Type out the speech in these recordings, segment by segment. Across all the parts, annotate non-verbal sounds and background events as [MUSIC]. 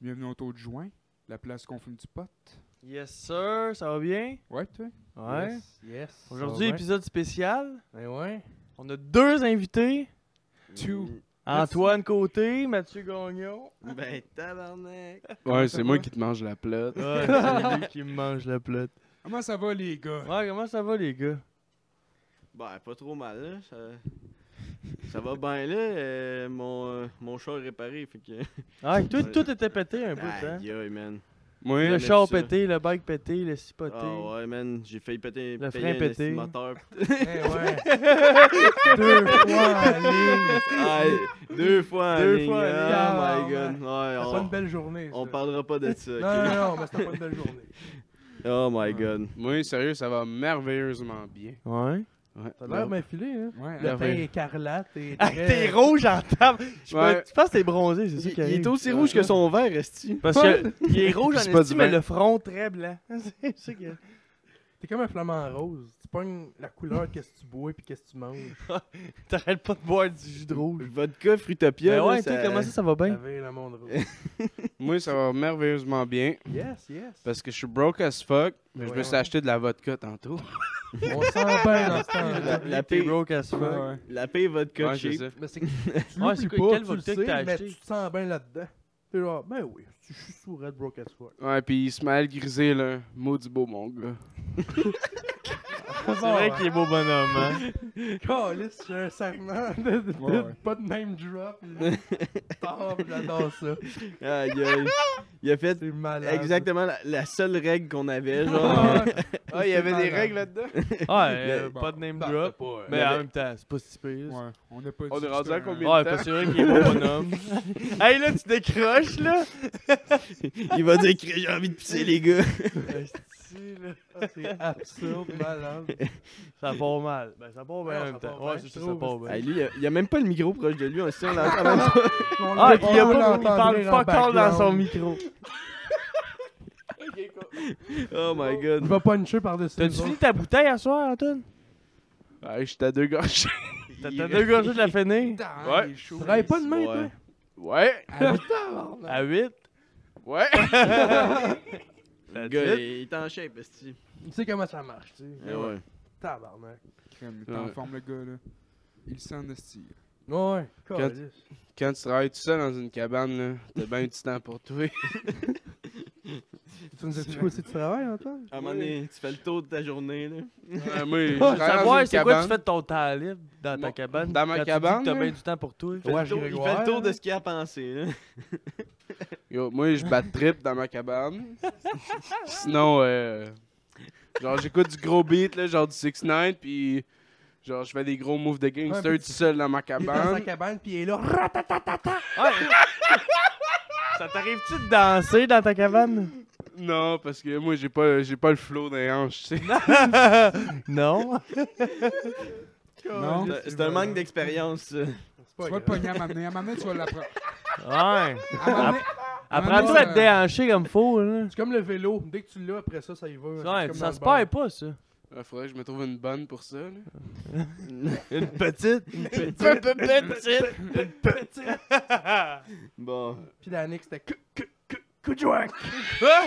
Bienvenue au taux de juin, la place qu'on fume du pot. Yes, sir, ça va bien? Ouais, toi? Ouais. Yes. yes. Aujourd'hui, Ah ouais. épisode spécial. Ben ouais. On a deux invités. Two. Merci. Antoine Côté, Mathieu Gagnon. Ben tabarnak. Ouais, c'est moi qui te mange la plate. Ouais, c'est lui qui me mange la plate. Comment ça va, les gars? [LAUGHS] Ouais, comment ça va, les gars? Ben pas trop mal là. Ça, ça va bien là. euh, mon, euh, mon char est réparé fait que. Ah, tout, tout était pété un peu, hein? Aïe aïe man. Moi, Le Jamais char ça. pété, le bike pété, le scie pété. Ah ouais man, j'ai failli péter payer Le frein un pété. esti moteur. Ben ouais. Deux fois en ligne. Aïe, deux fois en Deux ligne. fois en Oh ligne. my god. Ouais, C'est pas on, une belle journée. ça. on parlera pas de ça. Non, ok? non, non, mais c'était pas une belle journée. Oh my god. moi, sérieux, ça va merveilleusement bien. Ouais. Ouais. Ça a Ben l'air bien filé, hein. Ouais, Le euh, pain écarlate et. Ah, t'es rouge en table. Je Ouais. pense- je pense que t'es bronzé, c'est ça Il, qui il arrive. est aussi rouge que son verre, Esti. Parce que il est rouge en C'est pas esti, du mais vin. le front très blanc. [LAUGHS] c'est ça que... T'es comme un flamant rose. Tu pognes la couleur qu'est-ce que tu bois puis qu'est-ce que tu manges. T'arrêtes pas de boire du jus de rouge. Vodka, Mais Fruitopia. là, Ben ouais, tu ça- sais, comment ça, ça va La [LAUGHS] bien? vie, le monde rose. Moi, ça va merveilleusement bien Yes, yes. parce que je suis broke as fuck, mais je Ouais, me suis ouais. acheté de la vodka tantôt. On sent bien dans ce La, [LAUGHS] temps-là. la T'es paix, broke as fuck. ouais. la paix vodka Ouais, c'est cheap. ça. [LAUGHS] Mais c'est que tu Ouais, l'oublies c'est pas, quoi- quelle tu le vodka que sais, t'as mais acheté? [LAUGHS] tu te sens bien là-dedans. T'es genre, ben oui, je suis sourd de broke as fuck. Ouais, puis Ismaël Grisé, là, maudit beau mon gars. C'est est beau bonhomme, [LAUGHS] hein? Calice, j'ai un serment de, de- Ouais, ouais. pas de name drop. là. Ah, j'adore ça. Aïe aïe. Il a fait [LAUGHS] C'est malade. Exactement la, la seule règle qu'on [LAUGHS] avait, genre. Ah, Ah, il y avait des règles là-dedans? Ah, euh, bon, pas de name bah, drop. c'est pas, euh, Mais en même temps, c'est pas si pire. ça. Ouais, on n'a pas On dit est que rendu c'était à un- combien? Ouais, parce que c'est vrai qu'il est beau bonhomme. [LAUGHS] hey, là, tu décroches, là. [LAUGHS] il va dire que j'ai envie de pisser, les gars. Esti, là. euh, Ah, C'est absurde, [LAUGHS] malade. Ça part mal. Ben, ça part bien en Ah, même ça temps. part Ouais, bien, c'est je ça, ça trouve, part bien. Hey, lui, il a, il a même pas le micro proche de lui, on sait, on l'entend même pas. Ah, puis il, a pas, On il l'entend parle rire pas en encore dans son background. micro. Oh my Il god. va puncher par-dessus. T'as-tu nous fini autres. ta bouteille à soir, Anton? Ouais, j'étais à deux gorges. T'as t'as deux gorgées de la fenée? Putain, il est chaud. Tu travailles pas demain, Ouais. toi? Ouais, À 8? ouais. Le gars, il il est en shape, esti. Tu sais comment ça marche, tu sais. Eh ouais. Tabarnak. Crème, T'es en Ouais. forme, le gars, là. Il s'en esti. Ouais, Quand- calice. Quand tu travailles tout seul dans une cabane, là, t'as bien du temps pour toi. Tu nous as-tu aussi du travail, Antoine? À un moment donné, tu fais le tour de ta journée, là. Ouais, moi, je Faut travaille dans savoir, une c'est quoi tu cabane. fais de ton temps libre dans ta Mon- cabane? dans ma quand tu dis que cabane, T'as là? bien du temps pour toi. Il fait, Ouais, le, tour, il fait Grégoire, le tour de là. ce qu'il a pensé, là. Yo, moi, je bat trip dans ma cabane. Sinon, euh, genre, j'écoute du gros beat, là, genre du 6 9 puis genre, je fais des gros moves de gangster Ouais, mais tout seul dans ma Il est dans sa cabane. cabane, puis il est là. Ratatatata! Ouais. ça t'arrive-tu de danser dans ta cabane? Non, parce que moi, j'ai pas, j'ai pas le flow des hanches, tu sais. non. Non. C'est un manque d'expérience, ça. Tu vas grave. le pogner à m'amener. À m'amener, tu vas [LAUGHS] l'apprendre. Ouais. À m'amener- Apprends-tu à te déhancher comme faut, là? C'est comme le vélo. Dès que tu l'as, après ça, ça y va. C'est Ouais, comme ça dans se le bar. perd pas, ça. Ouais, Ah, faudrait que je me trouve une bonne pour ça, là. Une petite. Une petite. Une petite. Bon. Puis l'annexe, c'était que, que, que, Koudjouak. Quoi?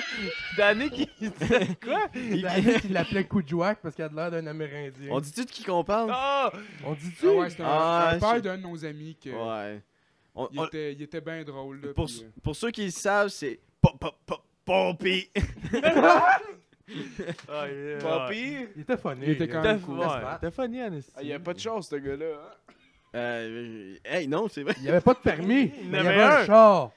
Danny qui disait quoi? L'annexe, il l'appelait Koudjouak parce qu'il a de l'air d'un Amérindien. On dit-tu de qui qu'on parle? [LAUGHS] Ah! On dit-tu? Ah ouais, c'est un, Ah, un père je- d'un de nos amis que. Ouais. On- Il on- était, il était bien drôle, là. pour, puis, euh, pour ceux qui le savent, c'est... Pop, pop, pop, Pompey. Ah, il est- Pas ouais. pire. Il était funny. Il était là. quand T'as même cool. ouais, t'as funny, Anastie. Ah, y a pas de chance, ce gars-là, hein. Euh, Hey, non, c'est vrai. Il n'y avait pas de permis. mais Il y avait avait un un. char.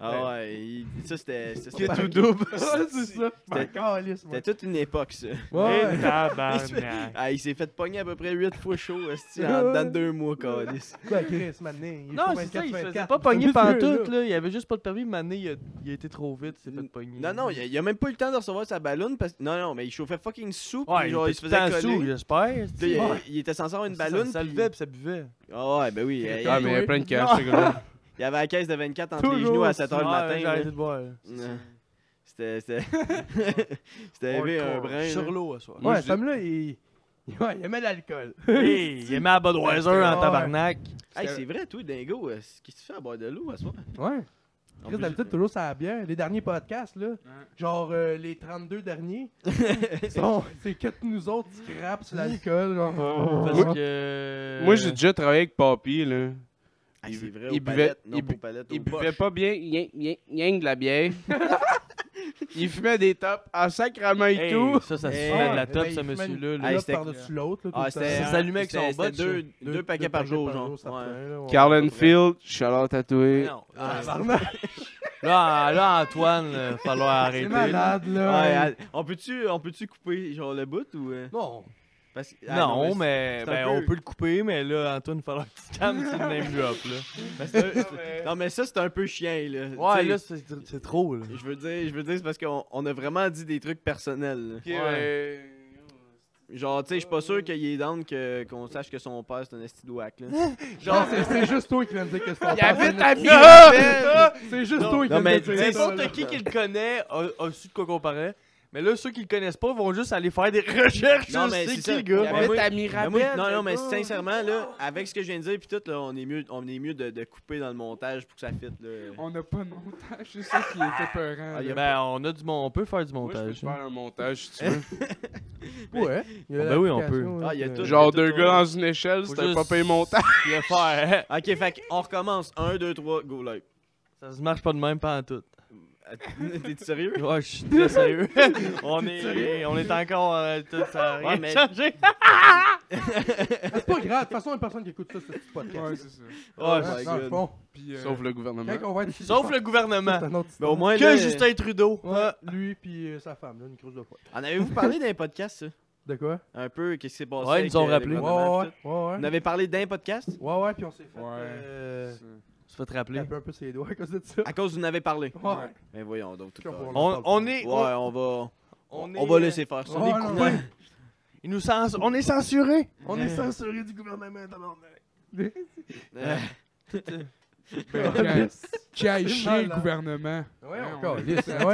Ah ouais, il- ça c'était. c'était- Qui est tout double. [LAUGHS] [LAUGHS] c'est ça. C'était- calice, moi. C'était toute une époque, ça. Eh, Ouais. [LAUGHS] tabarnak. Ah, il s'est fait pogner à peu près 8 fois chaud, esti, en [LAUGHS] dedans de deux mois, calice. Ben, Chris, maintenant, il est Non, chaud c'est ça, il se 24, faisait 24. pas pogner Monsieur, pantoute, [LAUGHS] là. là. Il avait juste pas de permis. Mané, il a, il a été trop vite, il s'est fait pogner. Non, non, il a, il a même pas eu le temps de recevoir sa ballonne parce que. Non, non, mais il chauffait fucking sous, puis Ouais, genre, il, se faisait coller. sous, j'espère. Puis là, il- Ouais. il était censé avoir une Ça- ballonne. Ça puis- levait pis ça buvait. Ah ouais, ben oui. hey, hey, Ah, mais y a plein de cash, ce gars-là. Il y avait la caisse de 24 entre les Toujours. genoux à 7 h le Ouais, matin. J'ai là. arrêté de boire. là. Non. C'était. C'était. c'était [LAUGHS] élevé un Hardcore. brin. là. Sur l'eau, à soir. Moi, Ouais, je- cet homme-là, il... Ouais, il aimait l'alcool. [LAUGHS] Hey, il aimait la Budweiser en Ouais. tabarnak. Hey, c'est vrai, toi, dingo, euh, qu'est-ce que tu fais à boire de l'eau à ce moment? Ouais. En Chris, plus, d'habitude, toujours ça la bière. Les derniers podcasts, là, Hein? genre euh, les 32 derniers, sont- c'est que nous autres qui crapent sur l'alcool. genre. Parce que. Moi, j'ai déjà travaillé avec Papy, là. Ah, c'est vrai, il aux buvait- palettes, non il pas bu- aux palettes, Il aux buvait poches. pas bien, rien de la bière. il fumait des tops en sacrament et Hey, tout. Ça, ça se Hey. fait de la Ouais, top, ben, ce il fume une monsieur-là. là. Hey, Là, c'était- par-dessus l'autre. là, tout Ah, le temps. c'était Ça un- s'allumait avec son c'était- c'était botch, deux, ça. deux, paquets par jour, genre. ça Ouais. fait, là, ouais. Carl Enfield, chaleur tatoué. Non. Ah, Ah, [LAUGHS] Là, là, Antoine, il falloir C'est arrêter. là. malade, là. Euh. Ouais, à- on peut-tu on peut-tu couper genre le bout ou euh, Non. parce que- ah, Non, mais c'est un ben, peu- on peut le couper, mais là, Antoine, il falloir que tu te calmes, c'est une name drop, là. mais c'est un- c'est- non mais ça c'est un peu chien là. Ouais, Tu là, sais, c'est c'est trop, là. je veux dire je veux dire c'est parce qu'on on a vraiment dit des trucs personnels. là. euh, Genre tu sais je suis pas Euh. sûr qu'il est down que qu'on sache que son père c'est un esti de whack, là. Genre, c'est- c'est juste toi qui viens de dire que c'est ton Il père, habite c'est à le- Mirabel! C'est juste Non, toi qui non, viens mais de dire ça. là. N'importe qui qui le connaît a, a su de quoi comparer. Mais là, ceux qui le connaissent pas vont juste aller faire des [LAUGHS] recherches Non, sur mais c'est c'est qui ça. le Il gars. Mais habite moi- à Mais Mirabel! moi, non, non, mais c'est sincèrement, là, avec ce que je viens de dire, puis tout, là, on est mieux, on est mieux de, de couper dans le montage pour que ça fitte, là. On n'a pas de montage, c'est ça qui était peurant. Ah, là. y a- Ben, on a du mon- on peut faire du Moi, je peux te montage. hein. faire un montage si tu veux. Ouais. hein. il y a Ben oui, on l'application, euh, peut. là, Ah, il y a que- tout. Genre tout, deux ouais. gars dans une échelle, Faut c'est un juste- pas payé montage. Je vais faire. hein. Ok, fait on recommence. 1, 2, 3, go live. Ça se marche pas de même pas en tout. [LAUGHS] T'es sérieux? Ouais, je suis très sérieux. [LAUGHS] Oh, on est on est encore euh, tout ça [LAUGHS] a Ouais, rien mais- changé. C'est pas grave. De toute façon, il y a personne qui écoute ça, ce petit podcast. Ouais, c'est ça. Ouais, oh my dans le God. fond, Puis, euh, [LAUGHS] Sauf le gouvernement. quand on va être- Sauf le gouvernement. C'est un autre Mais au moins, là, Que Justin Trudeau. Ouais, lui puis euh, sa femme, là, une grosse de fois. En avez-vous parlé d'un podcast, ça? De quoi? Un peu, qu'est-ce qui s'est passé? Ouais, ils avec, nous ont euh, rappelé. les Ouais, gouvernements, ouais, pis tout? ouais. Vous avez parlé d'un podcast? Ouais, ouais, puis on s'est fait Ouais. euh, c'est- Tu vas te rappeler. taper un peu ses doigts à cause de ça. À cause vous en avez parlé. Ouais. Mais voyons donc, tout Puis ça. Ouais, on- On, on est. on- on va. On, est, va laisser faire ça. on est Ouais, coupé. non. Il nous cens- on est censuré. On est censuré du gouvernement, tabarnak. Euh, ben, qui a- qui a éché le gouvernement. Ouais, Ouais, encore. on est Ouais, censuré.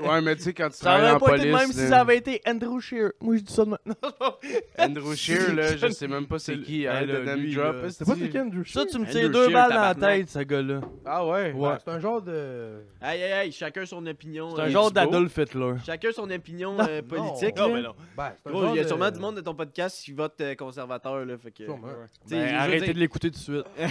ouais. Ouais, mais tu [LAUGHS] sais, quand tu Ça travailles aurait en pas été police, de même si là, ça avait été Andrew Shear. Moi, je dis ça de même. [LAUGHS] Andrew Shear, là, je sais même pas c'est C'est- qui. Ouais, Arrête de là, name lui, drop. là. est-ce C'est pas que- c'est Andrew Ça, tu me Andrew tires deux Scheer, balles dans la tabarnak. tête, ce gars-là. Ah ouais? Oh, Ouais, Ben, c'est un genre de. Aïe, aïe, aïe, chacun son opinion. C'est un euh, genre du beau. d'Adolf Hitler. Chacun son opinion Non, euh, politique. non, là. mais non. Ben, c'est un Gros, genre il y a de- sûrement du monde de ton podcast qui vote euh, conservateur, là. Fait que. Sûrement. Ouais. T'sais, je veux Ben, arrêtez dire- de l'écouter tout de suite. Ouais,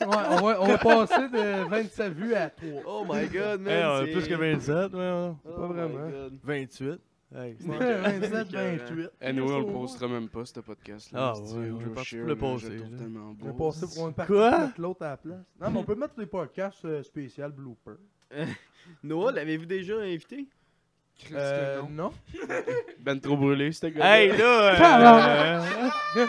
on va, [LAUGHS] on va passer de 27 vues à 3. Oh my god, man. Eh, on est c'est- plus que 27, ouais, ouais. Oh pas my vraiment. God. 28. Hey. C'est écœurant, c'est 27, écœurant. 28. Anyway, on le postera même pas, ce podcast-là. Ah ouais, on est parti pour le poster. poster, là. On va passer pour une partie Quoi? puis mettre l'autre à la place. Non, mais on peut mettre les podcasts euh, spécial blooper. Noah, l'avez-vous déjà invité? Christ que Euh, non. non. Ben trop brûlé, ce gars. Hey, là! Tabarnak. euh,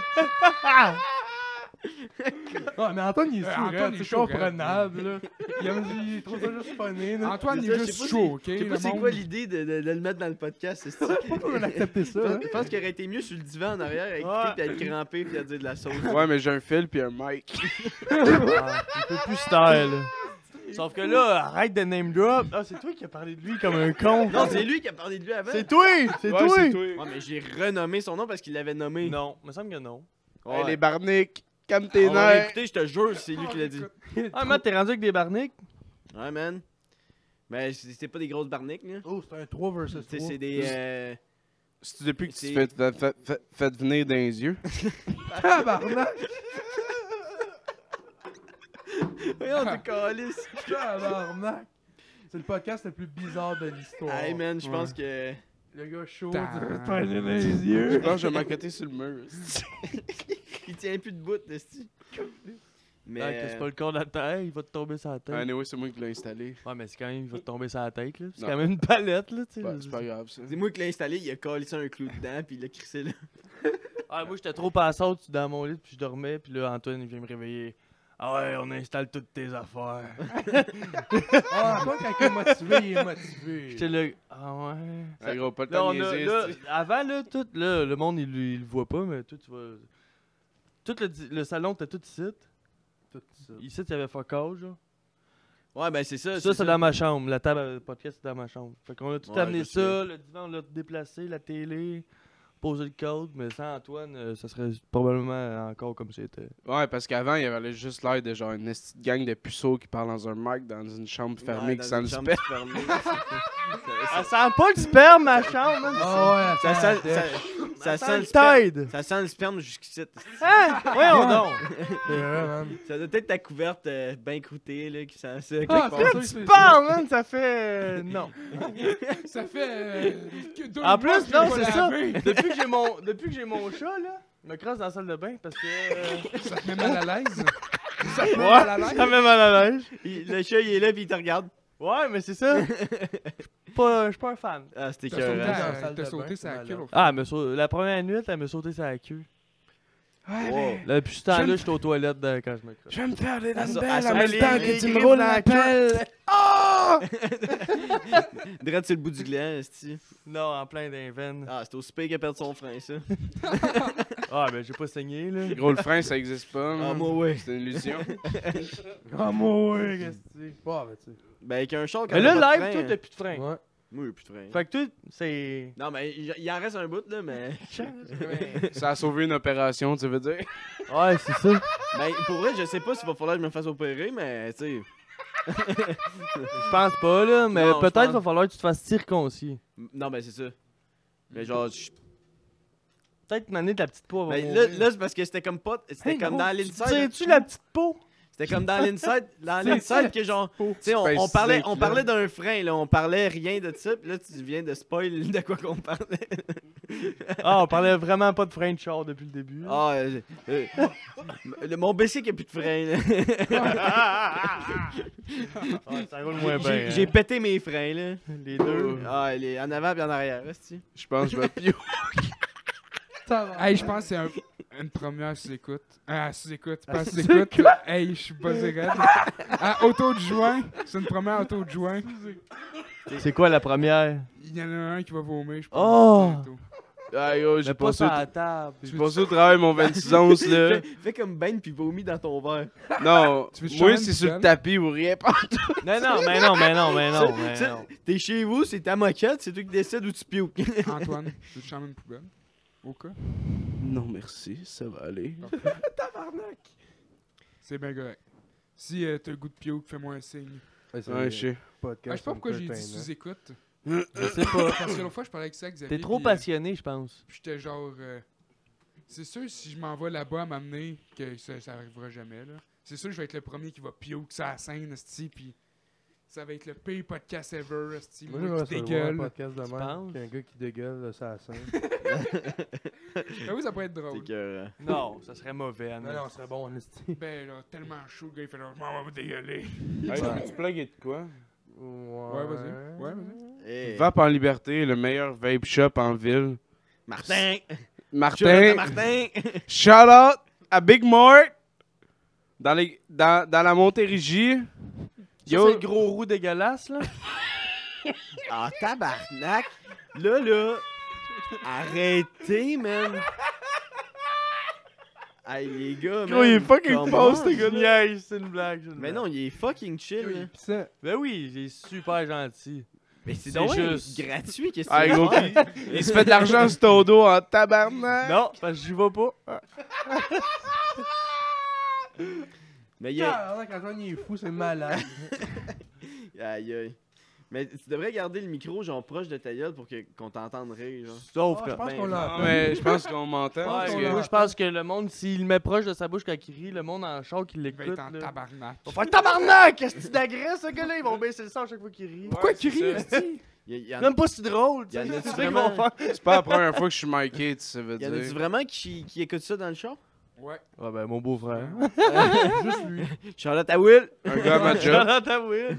Non, mais Antoine, il est hein. Euh, sourd, Antoine, il est c'est sourd, comprenable, là. Il, aime, il trouve ça juste funny, là. Antoine, il Ça, est je sais juste pas chaud, ok? Je sais pas le c'est monde. quoi l'idée de, de- de le mettre dans le podcast, c'est [LAUGHS] ça. Pourquoi on a accepté ça, hein? Je pense qu'il aurait été mieux sur le divan en arrière à écouter puis à être crampé puis à dire de la sauce. Ouais, mais j'ai un fil puis un mic. [LAUGHS] Ah, Il peut plus se taire, là. Sauf que là, arrête de name drop. Ah, c'est toi qui as parlé de lui comme un con. Non, c'est lui qui a parlé de lui avant. C'est toi! C'est Ouais, toi! Ouais, mais j'ai renommé son nom parce qu'il l'avait nommé. Non, me semble que non. Ouais. Hey, les barniques, calme tes On va nerfs. l'écouter, je te jure, c'est lui qui l'a dit. Ah, mais t'es rendu avec des barniques? Ouais, man. Mais c'est c'est pas des grosses barniques, là. Oh, c'est un 3 versus C'est 3. c'est des. euh, C'est depuis que tu C'est- fais- fais- fais- fais- fais venir dans [LAUGHS] les yeux. Ah, Tabarnak! euh, [LAUGHS] Voyons, t'es calice. Tabarnak! C'est le podcast le plus bizarre de l'histoire. Hey, man, je pense que. Le gars chaud, Tar- du- funny dans les yeux. Je pense que je vais m'accoter sur le mur. Il tient plus de bout, Desti. Mais. Ah, que c'est pas le corps de la terre, il va te tomber sur la tête. Anyway, c'est moi qui l'ai installé. Ouais, mais c'est quand même, il va te tomber sur la tête, là. C'est Non. quand même une palette, là, tu sais. Bah, [LAUGHS] c'est pas grave, ça. euh, Dis-moi que l'installé, il a collé ça un clou dedans, puis il l'a crissé là. Ah, moi, j'étais trop passant dans mon lit, puis je dormais, puis là, Antoine, il vient me réveiller. Ah ouais, on installe toutes tes affaires. Ah, Antoine, quand il est motivé, il est motivé. J'étais là, ah ouais. Ça gros, pas le Là, temps on de a- niaiser, là, c'est- avant, là, tout, là, le monde, il, il le voit pas, mais tout, tu vois. Tout le, di- le salon, t'as tout ici. Tout ça. Ici, il y avait fuck all, genre. Ouais, ben c'est ça. Ça, c'est ça. dans ma chambre. La euh, table à podcast, c'est dans ma chambre. Fait qu'on a tout Ouais, je amené me ça. Le divan, on l'a déplacé. La télé. poser le code, mais sans Antoine, euh, ça serait probablement encore comme c'était. Ouais, parce qu'avant, il y avait juste l'air de genre une petite gang de puceaux qui parlent dans un mic dans une chambre Ouais, fermée qui dans sent une le chambre [LAUGHS] sperme. fermée. [LAUGHS] Ça- Elle Ah, sent pas le sperme, ma chambre! hein. Ah ouais, ça- ça- attends, ça- ça sent le sperme. tide! Ça sent le sperme jusqu'ici. Hein? Voyons donc! c'est vrai, man. Ça doit être ta couverte euh, bien croûtée là, qui sent ça. quelque Ah, c'est part. sûr, c'est- Tu parles, man, ça fait. euh, non. Ça fait euh, que deux En mois plus, que je non, l'ai pas c'est ça. lavé. [LAUGHS] Depuis que j'ai mon, depuis que j'ai mon chat, là, je me crosse dans la salle de bain parce que. euh, Ça te met mal à l'aise. Ça te met mal à l'aise. ça me met mal à l'aise. Il- le chat, il est là, puis il te regarde. Ouais, mais c'est ça. Je suis [LAUGHS] pas, je suis pas un fan. Ah, c'était T'as sauté, dans la écœurant. à- salle t'as de sauté bain, sur la c'est queue. malade. Ah, elle me sau- la première nuit, elle m'a sauté sa queue. Ouais, Wow. mais Là, depuis ce Je temps-là, me- je suis aux toilettes de- quand je me crosse. je vais me faire des Ah, ça- dumbbells ah, ça- en même les- temps les que tu me griffes roules dans la la pelle. Drette sur le bout du gland, esti. Non, en plein d'un veine. Ah, c'est aussi pire qu'à perdre son frein, ça. Ah, mais j'ai pas saigné, là. Gros, le frein, ça existe pas. Ah, man. moi, ouais. C'est une illusion. Ah, moi, oui, qu'est-ce que tu dis? Pas, mais tu sais. Ben, avec un char, quand Mais là, t'as pas de live, frein, euh, toi, t'as plus de frein. Ouais. Moi, j'ai plus de frein. Fait que toi, c'est. Non, mais il il en reste un bout, là, mais. [LAUGHS] ouais, ça a sauvé une opération, tu veux dire? c'est ça. Ben, pour vrai, je sais pas s'il va falloir que je me fasse opérer, mais, tu sais. Je pense pas, là, mais Non, je peut-être pense- qu'il va falloir que tu te fasses circoncis. m- Non, ben, c'est ça. Mais genre, je- Peut-être m'amener de la petite peau. ben, là, là, c'est parce que c'était comme pas. C'était comme dans l'inside. tu la petite peau? C'était comme dans l'inside. Dans C'est ça, l'inside que genre. Tu sais, on, Space on parlait, Snake, on là. parlait d'un frein, là. On parlait rien de ça, pis là, tu viens de spoil de quoi qu'on parlait. Ah, on parlait vraiment pas de frein de char depuis le début. là. Ah, euh, euh, le- mon BC qui a plus de frein, là. Ah, ça roule moins J'ai- bien. J'ai hein. pété mes freins, là. les deux. Ah, il est en avant et en arrière, esti. Je pense que je vais pio. Hey, je pense que c'est un- une première sous-écoute. Ah, sous-écoute, pas Ah, sous-écoute. Hey, je suis buzzé raide. Ah, auto de juin. C'est une première auto de juin. C'est quoi la première? Il y en a un qui va vomir, je pense. Oh! bientôt. Ah, yo, j'ai Mais pas passé, sur la au- table. j'ai passé au travail mon 26 onces, [LAUGHS] là. Euh. Fais, fais comme Ben puis vomis dans ton verre. Non, Tu veux que je moi, te c'est ramène sur du le tapis ou rien. [LAUGHS] Non, non, mais non, mais non, mais non, mais Ça- non. T'es chez vous, c'est ta moquette, c'est toi qui décides où tu [LAUGHS] piouques. Antoine, tu veux te charmer une poubelle? Au cas. Non, merci, ça va aller. C'est bien correct. Si euh, t'as le goût de pio, fais-moi un signe. Ouais, je sais. Ah, je sais pas pourquoi j'ai dit sous-écoute. Je sais pas. Parce que l'autre fois, je parlais avec ça, Xavier. [LAUGHS] T'es trop puis, euh, passionné, je pense. puis J'étais genre. euh, c'est sûr, si je m'en vais là-bas à m'amener, que ça, ça arrivera jamais. là. C'est sûr, je vais être le premier qui va pio que ça à la scène, esti, puis ça va être le pire podcast ever, esti. Moi, je vais Moi, qui recevoir un dégueule. podcast de Tu même. penses? qu'il y a un gars qui dégueule, là, ça sent. Ben oui, ça pourrait être T'es drôle. que. euh, Non, ça serait mauvais. Anna. serait bon, honesty. Ben là, tellement chaud, le gars, il fait genre, Maman va dégueuler. Hey, Ouais. tu plugues de quoi? Ouais, vas-y. Ouais, vas-y. Vape en liberté, le meilleur vape shop en ville. Martin! Martin, Martin! shout out à Big Mort dans, les, dans, dans la Montérégie. Yo, Yo, le gros roux dégueulasse, là. Ah, tabarnak! Là, là! Arrêtez, man! Hey, les gars, gros, il est fucking comment? fast, ce gars-là. niaise, c'est une blague. c'est une Mais blague. non, il est fucking chill, là. Pis ça, Ben oui, il est super gentil. Mais c'est C'est donc juste- gratuit, qu'est-ce Ah, que gros, tu il, il se fait de l'argent sur ton dos en tabarnak. Non, parce que j'y vais pas. [LAUGHS] Mais [LAUGHS] il y a... yeah. Ah, quand Antoine il est fou, [LAUGHS] c'est malade. Aïe, aïe. Mais tu devrais garder le micro, genre, proche de ta gueule pour que- qu'on t'entende rire, genre. Sauf Ah, que. je pense ben, qu'on l'a. Ah, Mais je Ah, pense qu'on m'entend. Ouais, parce qu'on que- l'a. moi, je pense que le monde, s'il le met proche de sa bouche quand il rit, le monde en char qui Il va être l'écoute. en là. tabarnak. On va faire tabarnak! Qu'est-ce que tu t'agresses, ce gars-là? Ils vont baisser le sang à chaque fois qu'il rit. Pourquoi tu ris? Y a- y C'est en- Même pas si drôle, tu Y en sais. a-tu Tu sais qu'ils vraiment? vont faire. C'est pas la première fois que je suis miqué, tu sais, veut y en a-tu dire. vraiment qui, qui écoutent ça dans le char? Ouais. Ah ben, mon [LAUGHS] beau-frère. Juste lui. Charlotte à Will! Un gars à ma [LAUGHS] job. Shout-out à Will.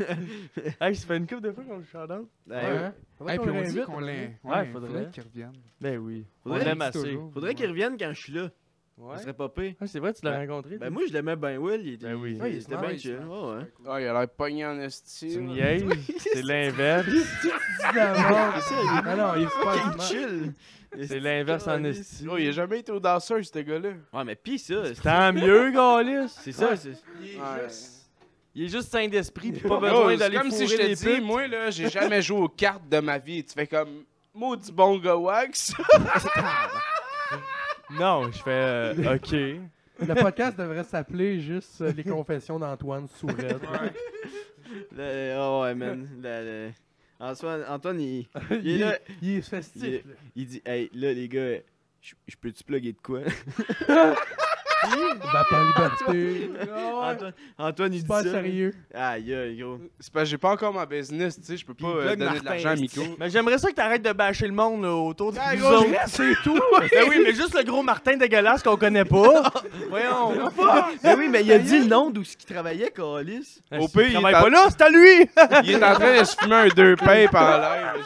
hey, ça fait une couple de fois qu'on le shout-out. Eh oui. hein. Faudrait Hey, qu'on puis on l'invite, dit qu'on l'in- on Ouais, l'in- faudrait. faudrait qu'il revienne. Ben oui. Faudrait- On l'aime C'est assez. toujours, Faudrait ouais. qu'il revienne quand je suis là. Ouais. Ça serait pas pire. Ah, c'est vrai, tu l'as rencontré. Ben moi, je l'aimais bien Will. Il était, Ben oui. il il était se bien marre, il chill. Ouais, ouais. Ah, il a l'air pogné en esti. tu me là. niaises. [LAUGHS] [LAUGHS] C'est l'inverse. Dis d'abord. Ah non, il est Fucking pas chill. C'est l'inverse en esti. Gros, il a jamais été audacieux, ce gars-là. Ouais, mais pis ça. c'est- Tant mieux, Galis. C'est ça. c'est- Ouais. Il est juste sain [LAUGHS] d'esprit, pis pas Gros, besoin c'est d'aller comme si fourrer je te les dis, putes. moi, là, j'ai jamais joué aux cartes de ma vie. Tu fais comme. maudit bon gars wax. Non, je fais euh, OK. Le podcast devrait s'appeler juste euh, Les Confessions d'Antoine Sourette. Ouais. Le- oh ouais, man. Le- le- Antoine, Antoine il, il, est est, là. il est festif. Il est- là. il dit Hey, là, les gars, je je peux-tu plugger de quoi Va pas en liberté. [LAUGHS] Antoine, Antoine, il dit Pas ça. sérieux. Aïe, aïe, gros. C'est parce que j'ai pas encore ma business, tu sais, je peux pas euh, plug donner de Martin, l'argent à Miko. Mais j'aimerais ça que t'arrêtes de bâcher le monde là, autour de nous gros, autres. C'est [LAUGHS] tout. Ben oui, mais juste le gros Martin dégueulasse qu'on connaît pas. Voyons. Mais Ben oui, mais il a dit le nom d'où ce qu'il travaillait, Calis. Au Au pire, Ah, il il travaille t'a- pas là, c'est à lui. Il est en train de se fumer un deux pains par l'air.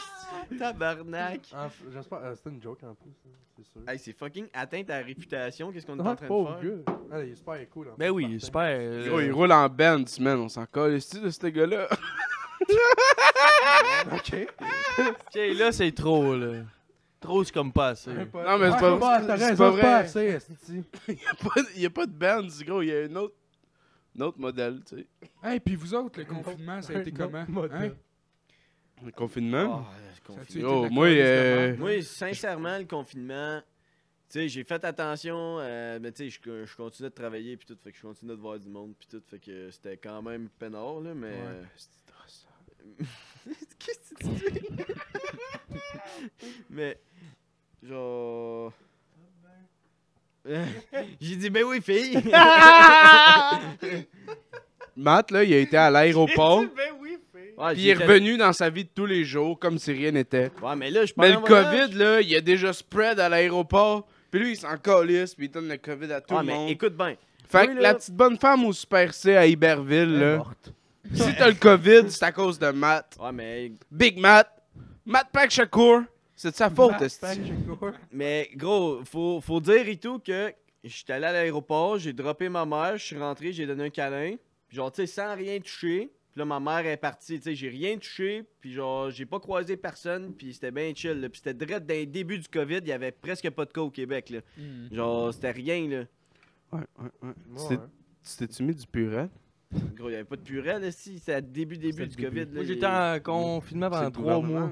Tabarnak. En- J'espère. euh, C'était une joke en plus. hein, C'est sûr. Hey, c'est fucking atteint ta réputation. Qu'est-ce qu'on est Ah, en train pauvre de faire? gars. Ah, il est super cool. en Ben plus, Ah, oui, Martin. super. euh, Gros, il roule en band, man. On s'en colle ici de ce gars-là. Ok. OK, là c'est trop là. Trop c'est comme pas assez. [LAUGHS] Non, mais c'est Ah, pas- pas, c'est t'as raison, pas c'est vrai. pas assez, esti. [LAUGHS] Il y a pas de band, du gros. Il y a un autre, un autre modèle, tu sais. Hey, puis vous autres, le confinement, ça a été Un autre comment? modèle. Hein? Le confinement. Oh, le Ça confinement. a-tu été Oh, la moi, crise de euh, merde? Moi, sincèrement, le confinement, tu sais, j'ai fait attention, euh, mais tu sais, je, je continuais de travailler, puis tout, fait que je continuais de voir du monde, puis tout, fait que c'était quand même peinard, là, mais... Ouais. euh, [LAUGHS] Qu'est-ce que tu dis? [LAUGHS] mais, genre... [LAUGHS] Euh, j'ai dit, ben oui, [LAUGHS] fille! Matt, là, il a été à l'aéroport. Ouais, Puis il est j'étais- revenu dans sa vie de tous les jours comme si rien n'était. Ouais, mais là, je pars Mais le en voyage. COVID, là, il a déjà spread à l'aéroport. Puis lui, il s'en calisse, puis il donne le COVID à tout Ouais, le monde. mais écoute bien, fait que oui, la là- petite bonne femme au Super C à Iberville, Elle est là, morte. si t'as le COVID, c'est à cause de Matt. ouais, mais Big Matt. Matt Pack Shakur. C'est de sa faute, esti. Fait que j'ai couru. Mais gros, faut, faut dire et tout que j'étais allé à l'aéroport, j'ai droppé ma mère, je suis rentré, j'ai donné un câlin. Genre, tu sais, sans rien toucher. Puis là, ma mère est partie, tu sais, j'ai rien touché. Puis genre, j'ai pas croisé personne. Puis c'était bien chill. là. Puis c'était direct dans le début du COVID, il y avait presque pas de cas au Québec. Là. Hmm. Genre, c'était rien, là. Ouais, ouais, ouais. Ouais, Tu hein. t'es-tu mis du purel? Gros, il y avait pas de purée, là, si. C'était à début, début du C'était le début. COVID. Là, Moi il- j'étais en confinement pendant trois mois.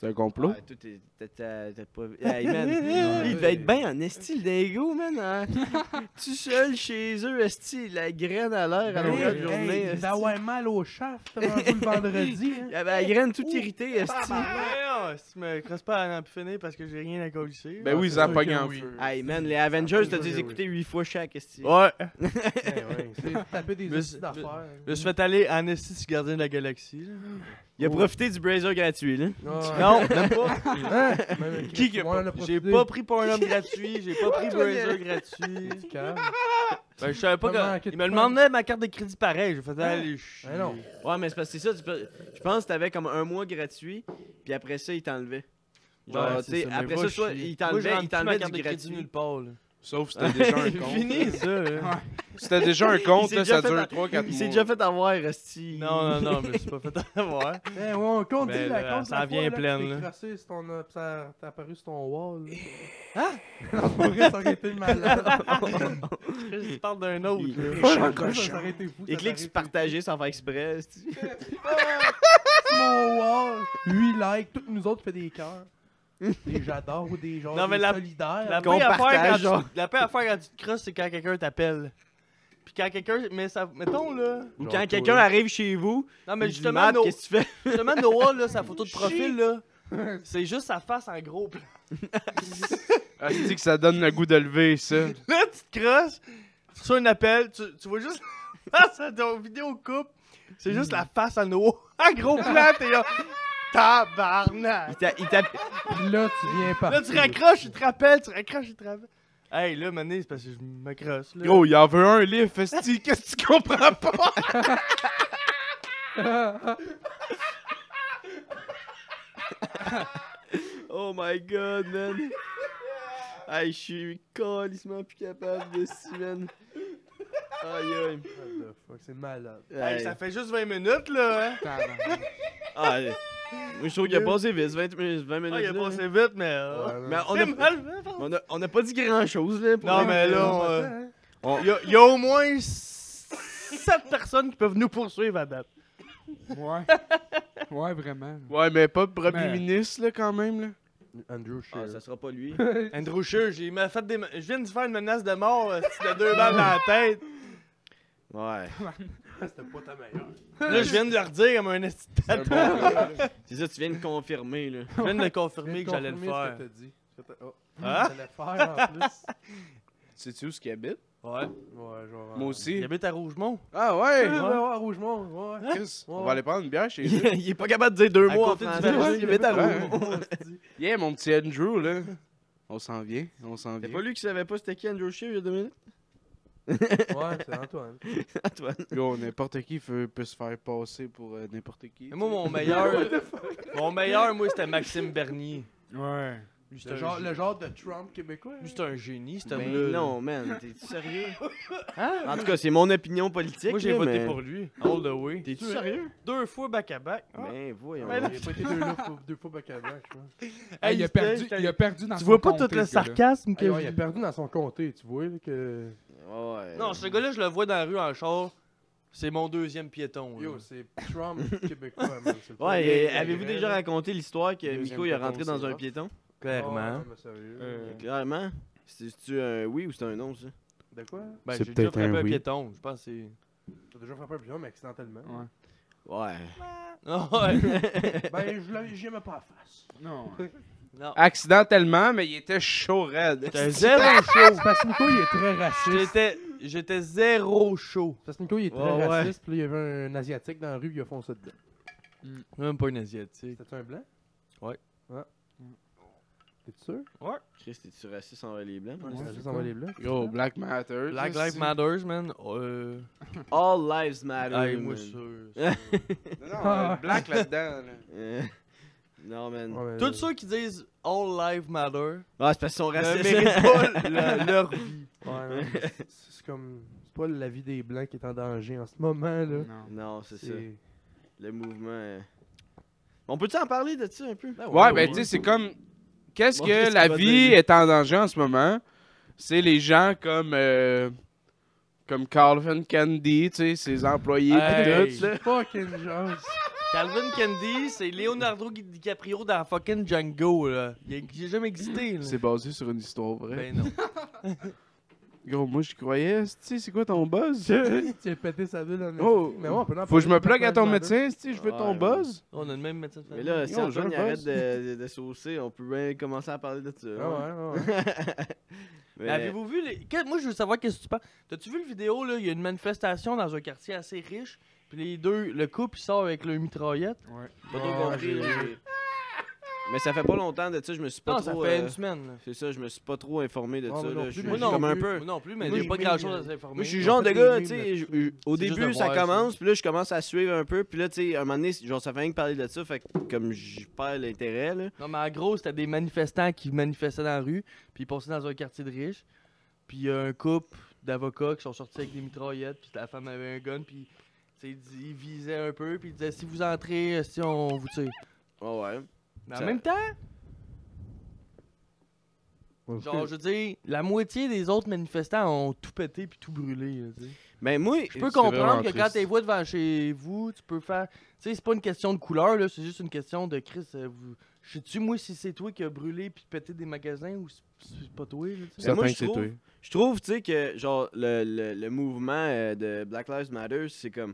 C'est un complot? Ah, tout est. t'as- t'as- t'as pas- Hey, man. [LAUGHS] Il devait être bien en esti, le dingo, man. hein. Tout seul chez eux, esti, la graine à l'air à Ben longueur oui, de hey, journée. Hey, esti. t'as ouais mal au shaft rendu le vendredi. [LAUGHS] hein. Il avait la graine toute irritée, Ah, esti. ben, bah, Voyons, si tu me crosses pas à pu finir parce que j'ai rien à colisser. Ben oui, c'est ça a sûr pogné que Ah en oui. feu. bah. Hey, man, les Avengers, t'as Oui, dû oui. écouter huit fois chaque, esti. Ah, Ouais. Ben ouais, c'est taper des Mais esti c'est- d'affaires. hein. Je me suis fait aller en esti sur Gardien de la Galaxie. là. Il a profité du Brazer gratuit, là. [LAUGHS] Non, même pas. Hein? Même Qui qui Chris, a on en a J'ai profité. pas pris pour [LAUGHS] un homme gratuit, j'ai pas pris Antoine, il Brazer gratuit. C'est calme. Ben, je savais pas Maman, que. inquiète Il me pas. demandait ma carte de crédit pareil, je faisais Hein? aller chier. Ben non. Ouais, mais c'est parce que c'est ça. tu peux- Je pense que t'avais comme un mois gratuit, puis après ça, il t'enlevait. Genre, Ouais, tu sais, c'est mais après va ça, soit, chier. il Moi, je t'enlevait, rentre il plus ma t'enlevait carte du de crédit gratuit. nulle part. là. Sauf que [LAUGHS] c'était déjà un C'est compte. Fini ça. là. C'était déjà un compte, s'est là, déjà ça fait dure en- 3-4 mois. Il s'est déjà fait avoir, esti. Non, non, non, mais c'est pas fait avoir. Ben ouais, on compte, Ben, tu sais, la là, compte. ça la vient fois, là, que pleine, tu t'es là. crossé sur ton, euh, pis ça t'es apparu sur ton wall. là. Hein? [LAUGHS] Non, pour vrai, ça aurait été malade. [LAUGHS] Je parle d'un [LAUGHS] autre. Il- là. Ça, ça aurait été fou. Il ça clique t'aurait sur été- partager sans faire exprès, esti. mon wall. 8 likes, toutes nous autres fait des cœurs. Des j'adore ou des gens Non, mais des la- solidaires. La Qu'on paix, à faire quand partage, tu- genre. la paix à faire quand tu te crosses, c'est quand quelqu'un t'appelle. Puis quand quelqu'un. Mais ça. Mettons là. Ou Genre, quand toi, quelqu'un là. arrive chez vous, Non, mais il dit, justement, Matt, nos- qu'est-ce que tu fais? justement, Noah, là, sa photo de [LAUGHS] profil, là. C'est juste sa face en gros [LAUGHS] plan. Ah, c'est que ça donne le goût de [LAUGHS] lever, ça. Là, tu te crosses, tu reçois un appel, tu, tu vois juste la [LAUGHS] face à ton vidéo coupe. C'est juste la face à Noah [LAUGHS] en gros plan, t'es là. Il [LAUGHS] Tabarnak! t'a- il t'a- Là, tu viens par. Là, tu raccroches, tu te rappelles, tu raccroches, tu te rappelles. Hey, là, mané, c'est parce que je m'accroche. là. Gros, il en veut un livre, [LAUGHS] Festi. Qu'est-ce que tu comprends pas? Oh my god, man. Hey, je suis calissement plus capable de ci, man. Aïe, aïe. C'est malade. Hey, Aïe. ça fait juste 20 minutes, là. Hein? Tabarnak. Aïe. Ah, Moi, je trouve qu'il a passé vite, 20 minutes. 20 minutes Ah, il a là. passé vite, mais. euh, Ouais, Mais là, on c'est a, mal, hein, par- on, a, on a pas dit grand chose, là. pour- Non, mais là, on, euh, hein. Il y a- il y a au moins 7 personnes qui peuvent nous poursuivre à date. Ouais. Ouais, vraiment. Ouais, mais pas premier Mais- ministre, là, quand même, là. Andrew Ah, Shearer. ça sera pas lui. Andrew Scheer, j'ai ma- fait des. ma- Je viens de faire une menace de mort, euh, de deux balles dans la tête. Ouais. C'était pas ta meilleure. Là, je viens de leur dire comme un esti de C'est un tête. bon gars. C'est ça, tu viens de confirmer, là. Je viens de le confirmer que j'allais le faire. Hein? oh. J'allais le faire en plus. Sais-tu où ce qu'il habite? Ouais. Ouais, genre. Moi Il aussi. habite à Rougemont. Ah Ouais, ouais! hein. ouais, ouais, Rougemont, ouais. Chris, on Ouais. va aller prendre une bière chez [LAUGHS] eux. il est pas capable de dire deux À mots en côté du français. village, Il habite à Ouais. Rouen. Yeah, mon petit Andrew, là. On s'en vient, on s'en C'est vient. pas lui qui savait pas c'était qui Andrew Scheer il y a deux minutes? Ouais, c'est [LAUGHS] Antoine. [LAUGHS] Antoine. Yo, n'importe qui peut, peut se faire passer pour euh, n'importe qui. Et moi, mon meilleur. mon meilleur, moi, c'était Maxime Bernier. Ouais. Lui, c'était Le un genre, gé- le genre de Trump québécois. lui, c'était un génie, cet Ben homme-là. non, man, t'es-tu sérieux? En tout cas, c'est mon opinion politique. Moi, j'ai là, voté mais- pour lui. euh, All the way. T'es-tu sérieux? Deux fois back-à-back. Ben voyons. Ben là, Il a pas été deux, là, faut- deux fois back à back, je pense. Hey, il, a perdu, il a perdu dans Tu son vois pas comté, tout le ce gars-là. sarcasme que Hey, ouais, il a perdu dans son comté, tu vois, là, que. Ouais. Non, ce gars-là, je le vois dans la rue en char. C'est mon deuxième piéton. là. Yo, c'est Trump québécois, man. c'est pas- Ouais, et c'est avez-vous vrai, déjà là. raconté l'histoire que Deuxième Miko il est piéton, rentré dans c'est un rough. piéton? Ah, Clairement. ouais, mais sérieux. Euh, Clairement. C'est-tu un oui ou c'est un non, ça? De quoi Ben, C'est j'ai déjà peut-être frappé un un oui. piéton. Je pense que c'est. [LAUGHS] T'as déjà frappé un pion, mais accidentellement. ouais. Ouais. Ah ouais. [LAUGHS] Ben, je l'ai- j'y aimais pas la face. Non. non. Accidentellement, mais il était chaud raide. J'étais zéro chaud. Parce que Nico, il est très raciste. J'étais, j'étais zéro chaud. Parce que Nico, il est très Ouais, ouais. raciste. Puis là, il y avait un Asiatique dans la rue, il a foncé dedans. Même pas une asiatique. C'était un blanc Ouais. Ah. T'es sûr Chris, t'es-tu raciste envers les blancs? Ouais, Ouais, c'est ça quoi? va les blancs. Yo, Black Matter. Black ça, Lives c'est- Matters, man. Euh. All lives matter. Hey, moi, man. sûr. Non, non, euh, Black là-dedans. là. Euh, [LAUGHS] non, man. Ouais, mais- Tous ceux qui disent All Lives Matter Ah, c'est parce qu'ils sont ne racistes. [LAUGHS] méritent pas le- leur vie. Ouais, non, mais c'est- c'est comme. C'est pas la vie des blancs qui est en danger en ce moment, là. Non. non, c'est ça. C'est- Le mouvement. euh. On peut-tu en parler de ça un peu? Ouais, ben tu sais, c'est comme. Qu'est-ce Bon, que qu'est-ce la qu'il va vie dire? est en danger en ce moment? C'est les gens comme. euh, comme Calvin Candy, tu sais, ses employés Hey. pis tout, là. Fucking genre. [LAUGHS] Calvin Candy, c'est Leonardo DiCaprio dans fucking Django, là. Il a, il a jamais existé, là. C'est basé sur une histoire vraie. Ben non. Gros, moi, je croyais. Tu sais, c'est quoi ton buzz? tu as pété sa bulle en Oh. esti. Mais ouais, on peut en Faut que je me parler, plug à ton Black Matter. médecin, si je veux Ouais, ton ouais. buzz. On a le même médecin de Mais famille. là, si Yo, je Antoine il le arrête pense. de, de- de saucer, on peut bien commencer à parler de ça. hein. Ah ouais, ouais. Mais- Mais avez-vous vu les. que- Moi, je veux savoir qu'est-ce que tu penses. T'as-tu vu le vidéo, là Il y a une manifestation dans un quartier assez riche. Puis les deux, le couple, il sort avec le mitraillette. Ouais. Pas trop compris, là, j'ai- Mais ça fait pas longtemps de ça, je me suis pas Non, ça trop. fait euh, une semaine, là. C'est ça, je me suis pas trop informé de Ah, ça. moi non là. plus, Je suis mais Moi je non, suis comme un plus, peu. moi non plus, mais Moi, il n'y j'ai a pas pris, grand chose euh, à s'informer. Moi, je suis Ils le ont genre de fait des gars, memes tu sais, là-dessus. je- je- au C'est juste début, de ça voir ça. commence, puis là, je commence à suivre un peu, puis là, tu sais, à un moment donné, genre, ça fait rien que parler de ça, fait que comme je perds l'intérêt, là. Non, mais en gros, c'était des manifestants qui manifestaient dans la rue, puis ils passaient dans un quartier de riches. Puis il y a un couple d'avocats qui sont sortis avec des mitraillettes, puis la femme avait un gun, puis tu sais, ils dis- ils visaient un peu, puis ils disaient si vous entrez, euh, si on vous tire. Ouais, ouais. Mais en Ça- même temps, genre, je veux dire, la moitié des autres manifestants ont tout pété puis tout brûlé. là, tu sais. Ben, moi, Je peux C'est vraiment comprendre que quand triste. t'es vois devant chez vous, tu peux faire. Tu sais, c'est pas une question de couleur, là, c'est juste une question de Chris. euh, vous- Je sais-tu, moi, si c'est toi qui as brûlé puis pété des magasins ou si si c'est pas toi, là, tu sais? Ben, moi, je c'est trouve- Je trouve, tu sais, que genre le, le, le mouvement euh, de Black Lives Matter, c'est comme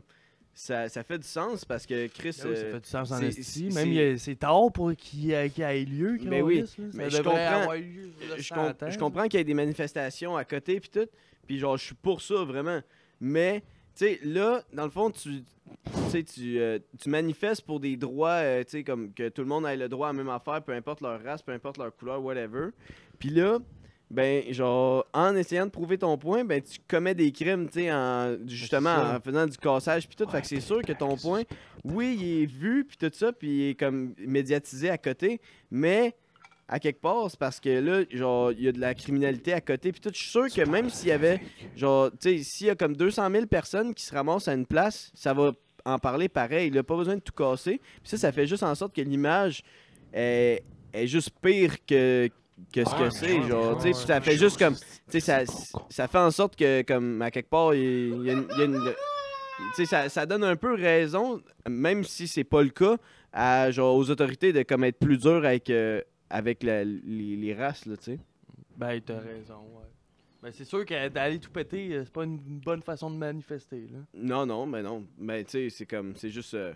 ça, ça fait du sens parce que Chris. Ben oui, ça euh, fait du sens en c'est- esti. c'est- Même il y a- c'est tard pour qu'il euh, qu'il ait lieu. Ben Carlis, oui, là. mais ça je devrait comprends- avoir lieu, là, je, ça com- attend. je comprends qu'il y a des manifestations à côté puis tout, puis genre je suis pour ça vraiment. Mais tu sais là, dans le fond, tu tu sais tu, euh, tu manifestes pour des droits, euh, tu sais comme que tout le monde ait le droit à la même affaire, peu importe leur race, peu importe leur couleur, whatever. Puis là, ben genre en essayant de prouver ton point, ben tu commets des crimes, tu sais en- justement ça. en faisant du cassage puis tout. fait que c'est sûr que ton point, oui, il est vu puis tout ça, puis il est comme médiatisé à côté, mais à quelque part, c'est parce que là, genre, il y a de la criminalité à côté. Puis tout, je suis sûr que même s'il y avait, genre, tu sais, s'il y a comme 200 000 personnes qui se ramassent à une place, ça va en parler pareil. Il a pas besoin de tout casser. Puis ça, ça fait juste en sorte que l'image est, est juste pire que, que ce que c'est, genre, tu sais. Puis ça fait juste comme, tu sais, ça, ça fait en sorte que, comme, à quelque part, il il y a une. il y a une- tu sais, ça, ça donne un peu raison, même si c'est pas le cas, à, genre, aux autorités de comme être plus dur avec, euh, avec la- les, les races, là, tu sais. Ben, t'as raison, ouais. Ben, c'est sûr que d'aller tout péter, euh, c'est pas une bonne façon de manifester, là. Non, non, mais non. Mais tu sais, c'est comme, c'est juste. euh,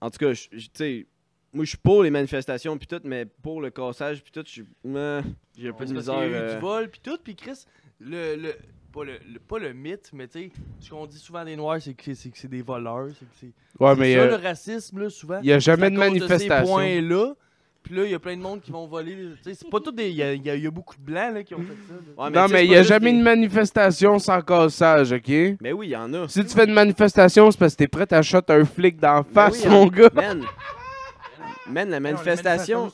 En tout cas, je- je- tu sais, moi je suis pour les manifestations puis tout, mais pour le cassage puis tout, je suis. Euh, J'ai un peu Parce de qu'il y misère. a eu euh, du vol, puis tout, puis Chris, le, le, pas, le, le- pas le mythe, mais tu sais, ce qu'on dit souvent des Noirs, c'est que c'est que c'est des voleurs, c'est que c'est Ouais, C'est mais ça euh, le racisme, là, souvent. il y a jamais de C'est à cause ces manifestation. points-là. Puis là, il y a plein de monde qui vont voler. tu sais, C'est pas tout des. Il y, a- il y a- il y a beaucoup de blancs là, qui [LAUGHS] ont fait ça. là. ouais, non, tu sais, mais c'est il pas n'y a juste jamais des- une manifestation sans cassage, OK? Mais oui, il y en a. Si tu fais une manifestation, c'est parce que t'es prêt à shot un flic d'en Ben face, oui, mon hein. gars. Man. Man, la manifestation.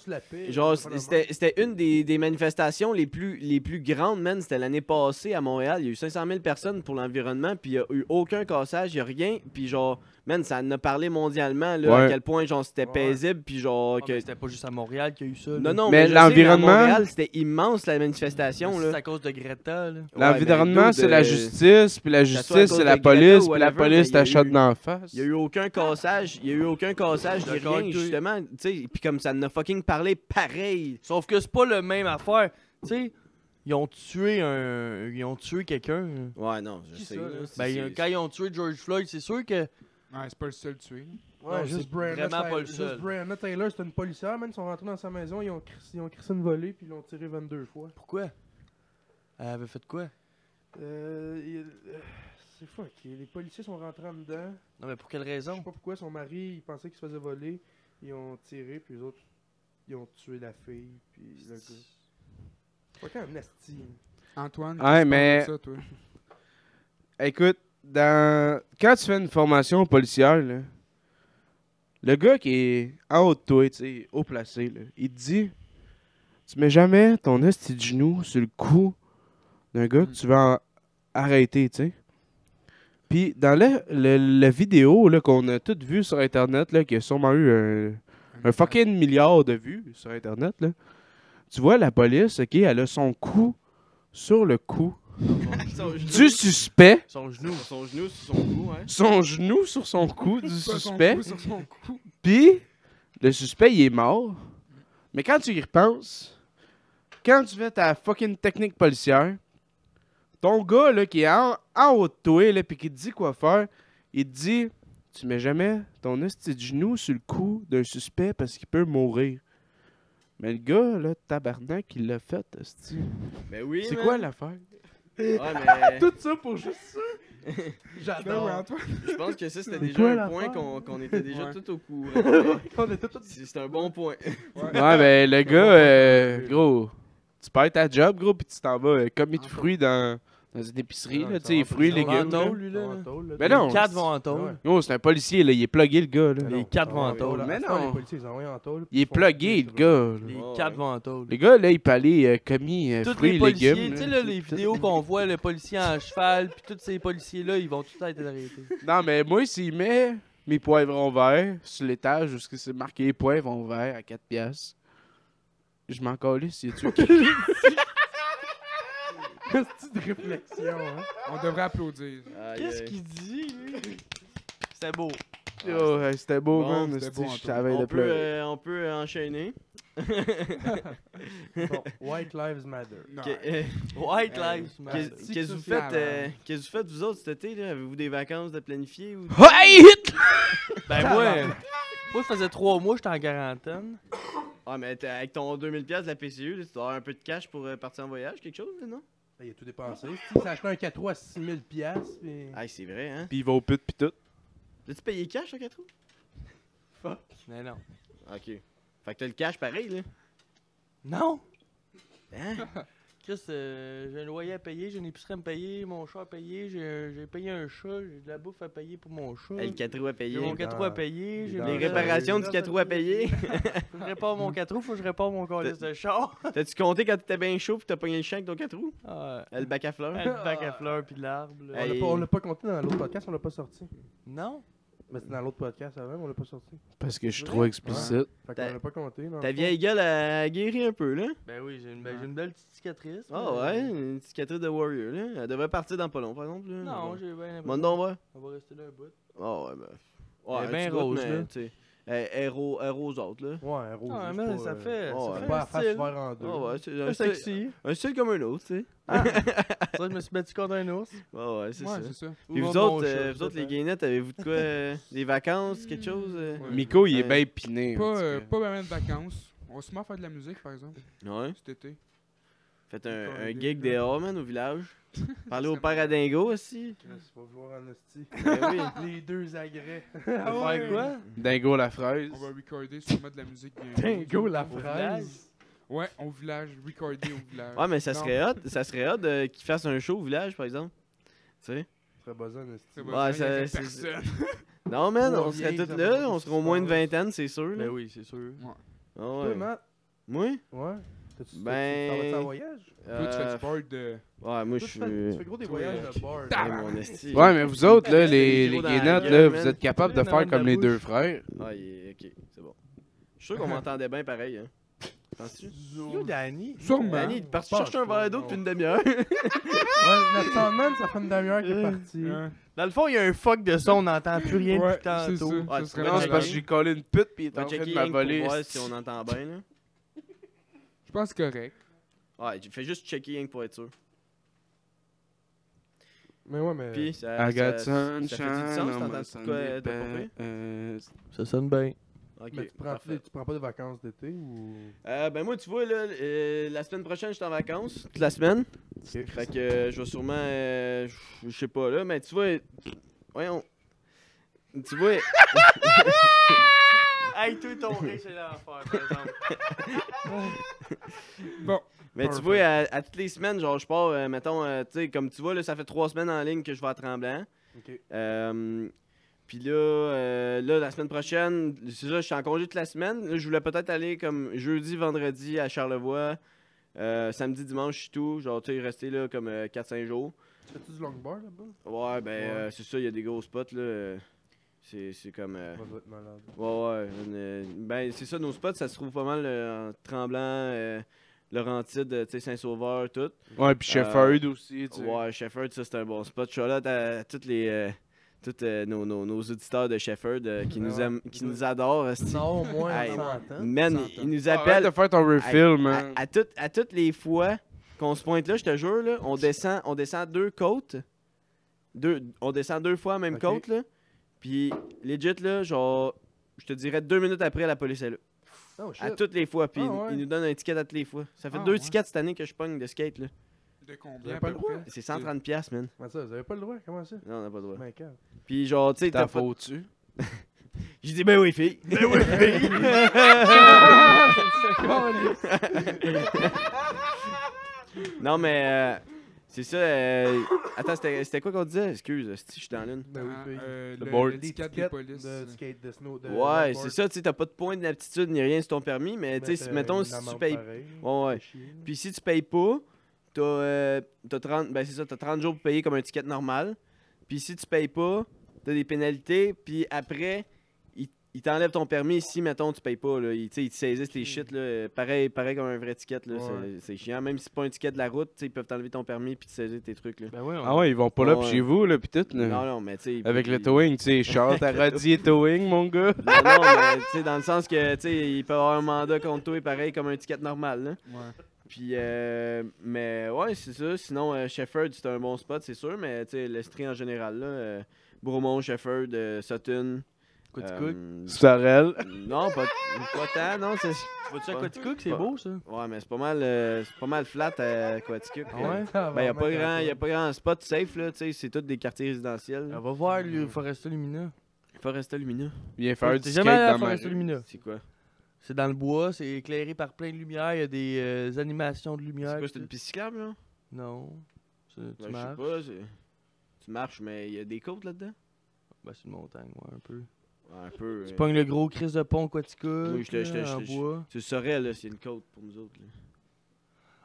Genre, c'était c'était une des, des manifestations les plus, les plus grandes, man. C'était l'année passée à Montréal. Il y a eu 500 000 personnes pour l'environnement, puis il n'y a eu aucun cassage, il n'y a rien. Puis genre, man, ça en a parlé mondialement, là, à Ouais. quel point, genre, c'était paisible, puis genre... Ah, Que... mais C'était pas juste à Montréal qu'il y a eu ça. là. Non, non, Mais mais, je sais, à l'environnement- Montréal, c'était immense, la Mais manifestation, C'est là. ben, à cause de Greta. Là. Ouais, L'environnement, mais, c'est dude, la euh, justice, puis la ça soit à cause justice, c'est de la Greta police, ou puis la whatever, mais police il y a t'achète eu- d'en face. Il n'y a eu aucun cassage, il n'y a eu aucun cassage, il n'y a D'accord rien, avec toi. justement. Tu sais, puis comme ça en a fucking parlé pareil. Sauf que c'est pas le même affaire. Tu sais, ils ont tué un. Ils ont tué quelqu'un. là. Ouais, non, je Qui sais. ça, là, là? c'est- Ben, c'est- euh, quand ils ont tué George Floyd, c'est sûr que. Ouais, c'est pas le seul tué. Ouais, Non, juste c'est Brianna vraiment Taylor- pas le juste seul. Brianna Taylor, c'était une policière, man. Ils sont rentrés dans sa maison, ils ont, crissé- ils ont crissé une volée, puis ils l'ont tiré 22 fois. Pourquoi Elle avait fait quoi Euh, il- euh, c'est fucké. Les policiers sont rentrés en dedans. Non, mais pour quelle Je sais raison pas pourquoi son mari, il pensait qu'il se faisait voler. Ils ont tiré, puis les autres, ils ont tué la fille, puis le gars. Fucké en esti. Antoine, Ouais, qu'est-ce que tu mais- penses de ça, toi? Écoute, dans... quand tu fais une formation policière, là, le gars qui est en haut de toi, tu sais, haut placé, là, il te dit Tu mets jamais ton esti de genou sur le cou d'un gars que tu vas arrêter, tu sais. Puis dans la, le- la vidéo là, qu'on a toutes vue sur Internet, là, qui a sûrement eu un, un fucking milliard de vues sur Internet, là, tu vois la police, ok, elle a son cou sur le cou [LAUGHS] Son du suspect Son genou. Son genou sur son cou, hein. son genou sur son cou du Pas son suspect. coup sur son [LAUGHS] cou. Puis, le suspect, il est mort. Mais quand tu y repenses, quand tu fais ta fucking technique policière, ton gars, là, qui est en, en haut de toi, là, puis qui te dit quoi faire, il te dit Tu mets jamais ton esti de genou sur le cou d'un suspect parce qu'il peut mourir. Mais le gars, là, tabarnak, il l'a fait, esti. Ben oui, C'est man. quoi l'affaire? Ouais, mais... Tout ça pour juste ça. Ben ouais, J'adore. Antoine. Je pense que ça, c'était C'est déjà quoi un l'affaire? point qu'on qu'on était déjà Ouais. tout au courant. On était tous C'est c'est un bon point. Ouais, ben [LAUGHS] le gars, euh, gros, tu perds ta job, gros, puis tu t'en vas euh, commis de fruits dans, dans une épicerie, là, tu sais, les fruits, Ils sont en légumes. là. tôle, lui, là. là. tôle, là. Mais non. Les quatre vont en tôle. Ouais. Gros, Oh, c'est un policier, là, il est plugué, le gars, là. Les quatre vont en Ah ouais, tôle. ouais, Mais à ce temps, non. Les policiers, ils ont envoyé en tôle. Il est plugué, [LAUGHS] le gars, là. Les Ouais, quatre ouais. vont en tôle. Le gars, là, il peut aller euh, commis euh, Tous fruits, les policiers, légumes. tu sais là. là, les [LAUGHS] vidéos qu'on voit, le policier en cheval, puis tous ces policiers-là, ils vont tous être arrêtés. Non, mais moi, s'il met mes poivrons verts sur l'étage, où ce que c'est marqué poivrons verts à 4 piastres, je m'en calais s'il tu [LAUGHS] Petite réflexion, hein. On devrait applaudir. Qu'est-ce qu'il dit, lui? C'était beau. Oh, hey, c'était beau, Bon, man. c'était esti, beau, Je Antoine. savais de on, peut, pleurer. euh, on peut enchaîner. Bon, White Lives Matter. Non. Que- euh, White Euh, Lives qu'est- Matter. Si que Qu'est-ce ça, que vous c'est la faites, euh, merde. qu'est-ce que vous faites, vous autres, cet été? là? Avez-vous des vacances de planifier? Ou... Hey, Hitler! Ben moi, moi, ça faisait trois mois, j'étais en quarantaine. Ah, mais t'as- avec ton 2000$ de la PCU, là, tu dois avoir un peu de cash pour euh, partir en voyage, quelque chose, là, non? Ben, Il a tout dépensé. Il s'est acheté un 4 à 6000 piastres. Puis... Ah, c'est vrai, hein? Puis il va au pute, pis tout. As-tu payé cash, en 4 roues? Mais non. Ok. Fait que t'as le cash pareil, là. Non! Hein? Chris, euh, j'ai un loyer à payer, j'ai une épicerie à me payer, mon chat à payer, j'ai j'ai payé un chat, j'ai de la bouffe à payer pour mon chat. Hey, le 4 roues à J'ai payer. mon est 4 dans- roues à payer, il est j'ai dans Les mes- Euh, réparations du 4 roues à payer. Faut que je répare mon 4 roues, faut que je répare mon calice de char. T'as-tu compté quand t'étais bien chaud pis t'as pogné le chien avec ton 4 roues? Ah, Euh, Le bac à fleurs? ouais. Le bac à fleurs puis l'arbre. là. On l'a Hey. pas- on l'a pas, compté dans l'autre podcast, on l'a pas sorti. Non? Mais c'était dans l'autre podcast avant, mais on l'a pas sorti. Parce que je suis trop explicite. Fait qu'on Ta- l'a pas compté. non. Ta vieille gueule a guéri un peu, là. Ben oui, j'ai une, ben, j'ai une belle petite cicatrice. Ah ouais, une cicatrice de Warrior, là. Elle devrait partir dans pas long, par exemple. Là. Non, j'ai ben, bien l'impression. Mon nom, ouais. On va rester là un bout. Ah ouais, ben. Elle est tu bien doutes, rose, mais, là. tu sais. euh, héros, héros aux autres, là. Ouais, un rose. Ah, c'est mais pas, ça euh, fait. ouais. ça c'est fait pas un la face style. faire en deux. Ah ouais, c'est un style, C'est sexy. un style comme un autre, tu sais. Ah, Ah. Ça, je me suis battu contre un ours. Ouais, ouais, c'est Ouais, ça. c'est ça. Et Ou vous mon autres, chat, euh, je vous autres sais les pas. gaines, avez-vous de quoi euh, Des vacances, quelque chose euh? Ouais. Miko, il est Ouais. bien piné. un Pas, petit euh, peu. pas vraiment de vacances. On se met à faire de la musique, par exemple, Ouais. cet été. hein? Faites un, Encore un une gig idée. des man, au village. Parlez au Ça père à Dingo aussi. Chris va vouloir en hostie. Ben oui. Les deux agrès. Ah Faire quoi Dingo la fraise. On va recorder sur mode de la musique. bien Dingo la Au village? fraise. Ouais, au village, recorder au village. Ouais, mais ça Non. serait hot, ça serait hot euh, qu'ils fassent un show au village, par exemple. Tu sais? Très besoin en hostie. Ça Ouais, va bien, ça- y avait c'est- personne. Non, man, Ou on on serait vient, tous ça là, va, on qu'est-ce serait au qui se moins une passe? vingtaine, c'est sûr. Ben Là. oui, c'est sûr. Ah Toi, ouais. Matt, Moi? ouais. T'as-tu Ben- t'en vas-tu en voyage? Toi, tu fais Euh, du sport de. Ouais, moi, je Toi, tu suis. fais- Tu fais gros des Toi, voyages de bar. Hey, Ah! mon esti. Ouais, mais vous autres, là, les, Dingo les dans la guénottes, gueule, là, man. vous êtes capables de Dans la faire comme les bouche. deux frères. Ah, il est- ok, c'est bon. Je suis [LAUGHS] sûr qu'on m'entendait bien pareil. Hein. Penses-tu? Yo, Danny. Sûrement. Annie, parce que tu Pas, cherches un je Bah, pense, verre d'eau non. depuis une demi-heure. Ouais, notre Euh. soundman, ça fait une demi-heure qu'il est parti. Hein? Dans le fond, il y a un fuck de son, on n'entend plus rien Ouais, depuis tantôt. c'est Ah, ça. tu vois, ça serait bien. Non, c'est checker. parce que j'ai collé une pute pis il est On en va train checker de Yank pour m'avoler. voir si on entend bien. Là. Je pense correct. Ouais, fais juste checker Yank pour être sûr. Mais ouais, mais. Puis, ça. I ça, got ça, sunshine ça fait du sens, on t'entends my de quoi euh, Sunday t'as pas fait? bed. Euh, Ça sonne bien. mais Ok, tu, prends, parfait. tu prends pas de vacances d'été ou. Euh, ben moi, tu vois, là, euh, la semaine prochaine, je suis en vacances. Toute la semaine. Fait que euh, je vais sûrement... euh, je- je sais pas, là, mais tu vois... Voyons. Tu vois... Hey, tout [LAUGHS] ton rire, c'est l'enfer, par exemple. Bon, Mais tu Perfect. vois, à, à toutes les semaines, genre, je pars, euh, mettons, euh, tu sais, comme tu vois, là, ça fait trois semaines en ligne que je vais à Tremblant. Ok. Euh, puis là, euh, là, la semaine prochaine, c'est ça, je suis en congé toute la semaine. Là, je voulais peut-être aller comme jeudi, vendredi à Charlevoix. Euh, samedi, dimanche, et tout. Genre, tu sais, rester là comme euh, 4-5 jours. Fais-tu du longboard là-bas? Ouais, ben, Ouais. euh, c'est ça, il y a des gros spots, là. euh, C'est c'est comme. euh, Ça doit Ben, être malade. Ouais, ouais. une, euh, ben, c'est ça, nos spots, ça se trouve pas mal euh, en Tremblant, euh, Laurentide, euh, tu sais, Saint-Sauveur, tout. Ouais, pis Chef Euh, Hurd aussi, tu sais. Ouais, Shefford, ça c'est un bon spot. Je suis là à tous les. euh, tous euh, nos, nos, nos auditeurs de Shefford euh, qui, nous Ouais. Ah, aiment, qui nous adorent. esti. Non, au moins, Hey. on s'entend. Man, Ils ils nous Ah, Arrête appellent de faire ton refill, man. à, à toutes- à toutes les fois qu'on se pointe là, je te jure, là, on, descend, on descend deux côtes. Deux, on descend deux fois la même Ok. côte. Là, puis, legit, là, genre, je te dirais deux minutes après, la police est là. Oh, À shit. toutes les fois. Puis, Ah ils- ouais. ils nous donnent un ticket à toutes les fois. Ça fait Ah deux ouais. tickets cette année que je pogne de skate. là. de Vous combien avez à pas peu le droit? près? C'est 130$, piastres, man. Comment ça? Vous avez pas le droit? Comment ça? Non, on n'a pas le droit. [LAUGHS] Ben, calme. Puis, genre, tu sais, T'as t'as pas- faux dessus. J'ai dit, ben oui, fille. [LAUGHS] Ben oui, fille. non, mais. euh, c'est ça. euh, Attends, c'était c'était quoi qu'on disait Excuse, hostie, je suis dans l'une. Ben oui, Ben, Ah, fille. euh, Le le, board. le Des ticket des tickets polices. De skate, de snow, de euh? Ouais, longboard. c'est ça, tu sais, t'as pas de point d'aptitude ni rien sur ton permis, mais Mais tu sais, si- Ben, t'as mettons, euh, une si tu amende payes. pareille, Ouais, ouais. c'est chier. Puis si tu payes pas, t'as euh, t'as 30, ben c'est ça, t'as 30 jours pour payer comme un ticket normal. Puis si tu payes pas, t'as des pénalités. Puis après, ils ils t'enlèvent ton permis si, mettons, tu payes pas. Là. Ils, tu sais, ils te saisissent les shit. Là. Euh, Pareil, pareil comme un vrai ticket. Là. Ouais. C'est, c'est chiant. Même si c'est pas un ticket de la route, tu sais, ils peuvent t'enlever ton permis puis te saisir tes trucs. Là. Ben ouais, on- Ah ouais, ils vont pas là Ouais. pis chez vous, là, pis tout, Non, là. non, mais tu sais. Avec ils- le towing, tu sais, Charles, [LAUGHS] t'as radié towing, mon gars. Non, non, mais tu sais, dans le sens que, tu sais, ils peuvent avoir un mandat contre toi, pareil comme un ticket normal. Là. Ouais. Puis, euh, mais ouais, c'est ça. Sinon, euh, Shefford, c'est un bon spot, c'est sûr. Mais, tu sais, l'Estrie en général, là, euh, Bromont, Shefford, euh, Sutton. Quaticook. euh, Sorel. non, pas, pas tant, non. C'est, Vas-tu à Ouais. Quaticook, c'est beau, ça? ouais, mais c'est pas mal, euh, c'est pas mal flat à Quaticook. Ah Ouais. Ah Ben, y a pas grand, y a pas grand spot safe, là, tu sais, c'est tous des quartiers résidentiels. On là. va voir le Foresta Lumina. Foresta Lumina, Viens faire T'es du jamais allé à skate dans ma Foresta rue. Lumina. c'est quoi? C'est dans le bois, c'est éclairé par plein de lumière, il y a des euh, animations de lumière. C'est quoi, pis c'est une tout. piste cyclable, là? Non. C'est- Tu Ben, je sais marches. pas, c'est... Tu marches, mais y a des côtes là-dedans? Ben, c'est une montagne, ouais, un peu. Ouais, un peu. Tu euh, pognes le gros Chris de pont Quaticook. Oui, je te- je te- là, je te- en je- bois. C'est Sorel, là, c'est une côte pour nous autres, là.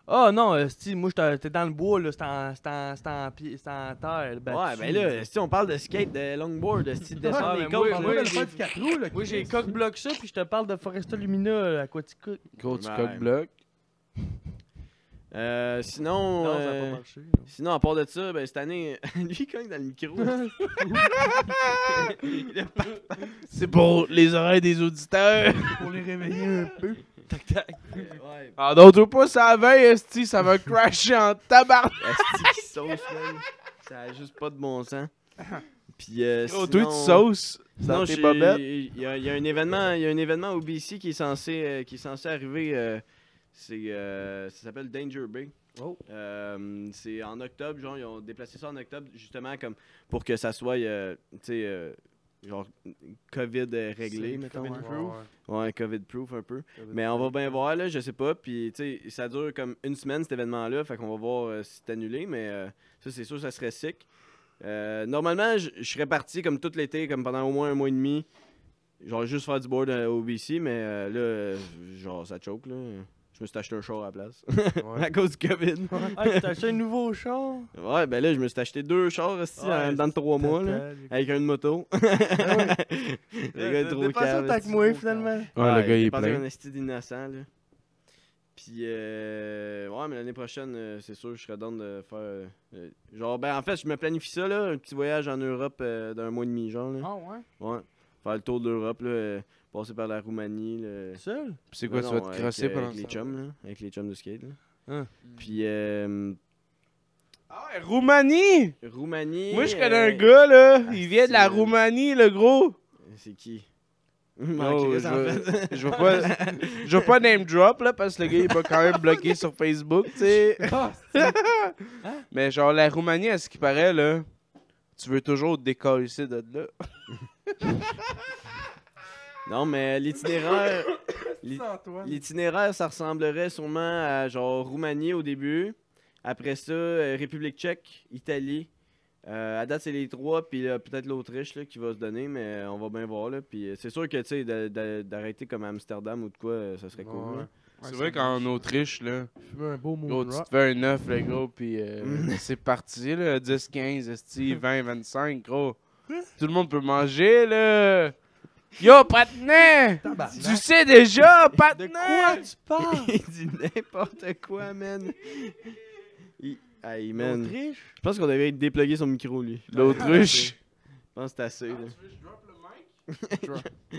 Ah non, euh, Steve, moi j'étais j'étais dans le bois, là, c'était en, c'était en, c'était en, pied- c'était en terre. Ouais, battu, ben là, si on parle de skate, de longboard, de style [LAUGHS] de Ah, descendre les ben moi, côtes. On moi, va là. le faire du 4 roues, là. Moi j'ai coq-block ça, puis je te parle de Foresta Lumina euh, à Quaticook. Gros, tu Ouais. coques bloc. Euh, sinon. Non, ça euh, n'a pas marché. Sinon, à part de ça, ben, cette année, [LAUGHS] lui, il cogne dans le [LAUGHS] micro. Il est pas- C'est pour les oreilles des auditeurs. Pour les réveiller un peu. Tac, tac. ouais, Ah, d'autres ou pas, ça va, Esti, ça [LAUGHS] va crasher en tabarnak. asti qui sauce, man. Ça a juste pas de bon [LAUGHS] sens. Puis, euh, Gros, Oh, sinon... Toi, tu sauces. sinon, Dans tes j'ai- bobettes. Il y, a- il y a un événement, il y a un événement au BC qui est censé, euh, qui est censé arriver. euh, c'est, euh, ça s'appelle Danger Bay. Oh. Euh, c'est en octobre, genre, ils ont déplacé ça en octobre, justement, comme pour que ça soit, euh, tu sais, euh, genre, COVID euh, réglé, C'est- mettons. ouais, hein. ouais, ouais. Ouais, COVID-proof un peu. Mais on va bien voir, là, je sais pas. Puis, tu sais, ça dure comme une semaine, cet événement-là. Fait qu'on va voir euh, si c'est annulé. Mais euh, ça, c'est sûr, ça serait sick. Euh, normalement, je je serais parti comme tout l'été, comme pendant au moins un mois et demi. Genre, juste faire du board euh, au BC. Mais euh, là, euh, genre, ça choke, là. Je me suis acheté un char à la place. [LAUGHS] à cause du COVID. Ah, tu t'as acheté un nouveau char? Ouais, ben là, je me suis acheté deux chars aussi Ouais, en- dans le trois mois, là. Tata, j'ai- Avec une moto. [LAUGHS] Ouais, Le gars est t'as- trop t'es pas calme, sûr t'as est-ce que que moi, trop calme. finalement. Ouais, le gars, il est pensé plein. un esti d'innocent, là. Puis, euh, ouais, mais l'année prochaine, euh, c'est sûr, je serais down de faire. euh, euh, genre, ben, en fait, je me planifie ça, là, un petit voyage en Europe euh, d'un mois et demi, genre, là. Ah ouais? Ouais. Faire le tour de l'Europe, là, euh, passer par la Roumanie, le. Seul? C'est quoi, Non, tu vas non, te avec, crosser euh, pendant Ah. Avec les ça? chums, là. Avec les chums de skate, là. Hein. Puis, euh, Ah, ouais, Roumanie! Roumanie. Moi, je connais euh, un gars, là. asti, Il vient de la euh, Roumanie, le gros. C'est qui [LAUGHS] Oh, Chris, je, en fait. vais- je vais pas, [LAUGHS] je vais pas name drop là parce que le gars il va quand même bloqué sur Facebook, tu sais. Mais genre la Roumanie, à ce qui paraît là, tu veux toujours te décoller de là. Non, mais euh, l'itinéraire. l'i- Antoine. L'itinéraire, ça ressemblerait sûrement à genre Roumanie au début. Après ça, euh, République tchèque, Italie. Euh, à date, c'est les trois, puis là, peut-être l'Autriche là, qui va se donner, mais euh, on va bien voir. Là. Puis euh, c'est sûr que tu sais, de- de- d'arrêter comme à Amsterdam ou de quoi, euh, ça serait cool. là. Ouais. Ouais, C'est ça vrai qu'en marche. Autriche là, Fumer Mmh. un beau gros, tu moonrock. te fais un 9 le gros puis euh, [LAUGHS] c'est parti là, 10 15, esti, Mmh. 20 25 gros. Tout le monde peut manger là. Yo, patin! Tu sais déjà, De patin! quoi tu parles? [LAUGHS] Il dit n'importe quoi, man. Il- Hey, man. L'Autriche? Je pense qu'on devrait dépluguer son micro, lui. Je L'Autriche. Ah, pense que c'est assez. Là.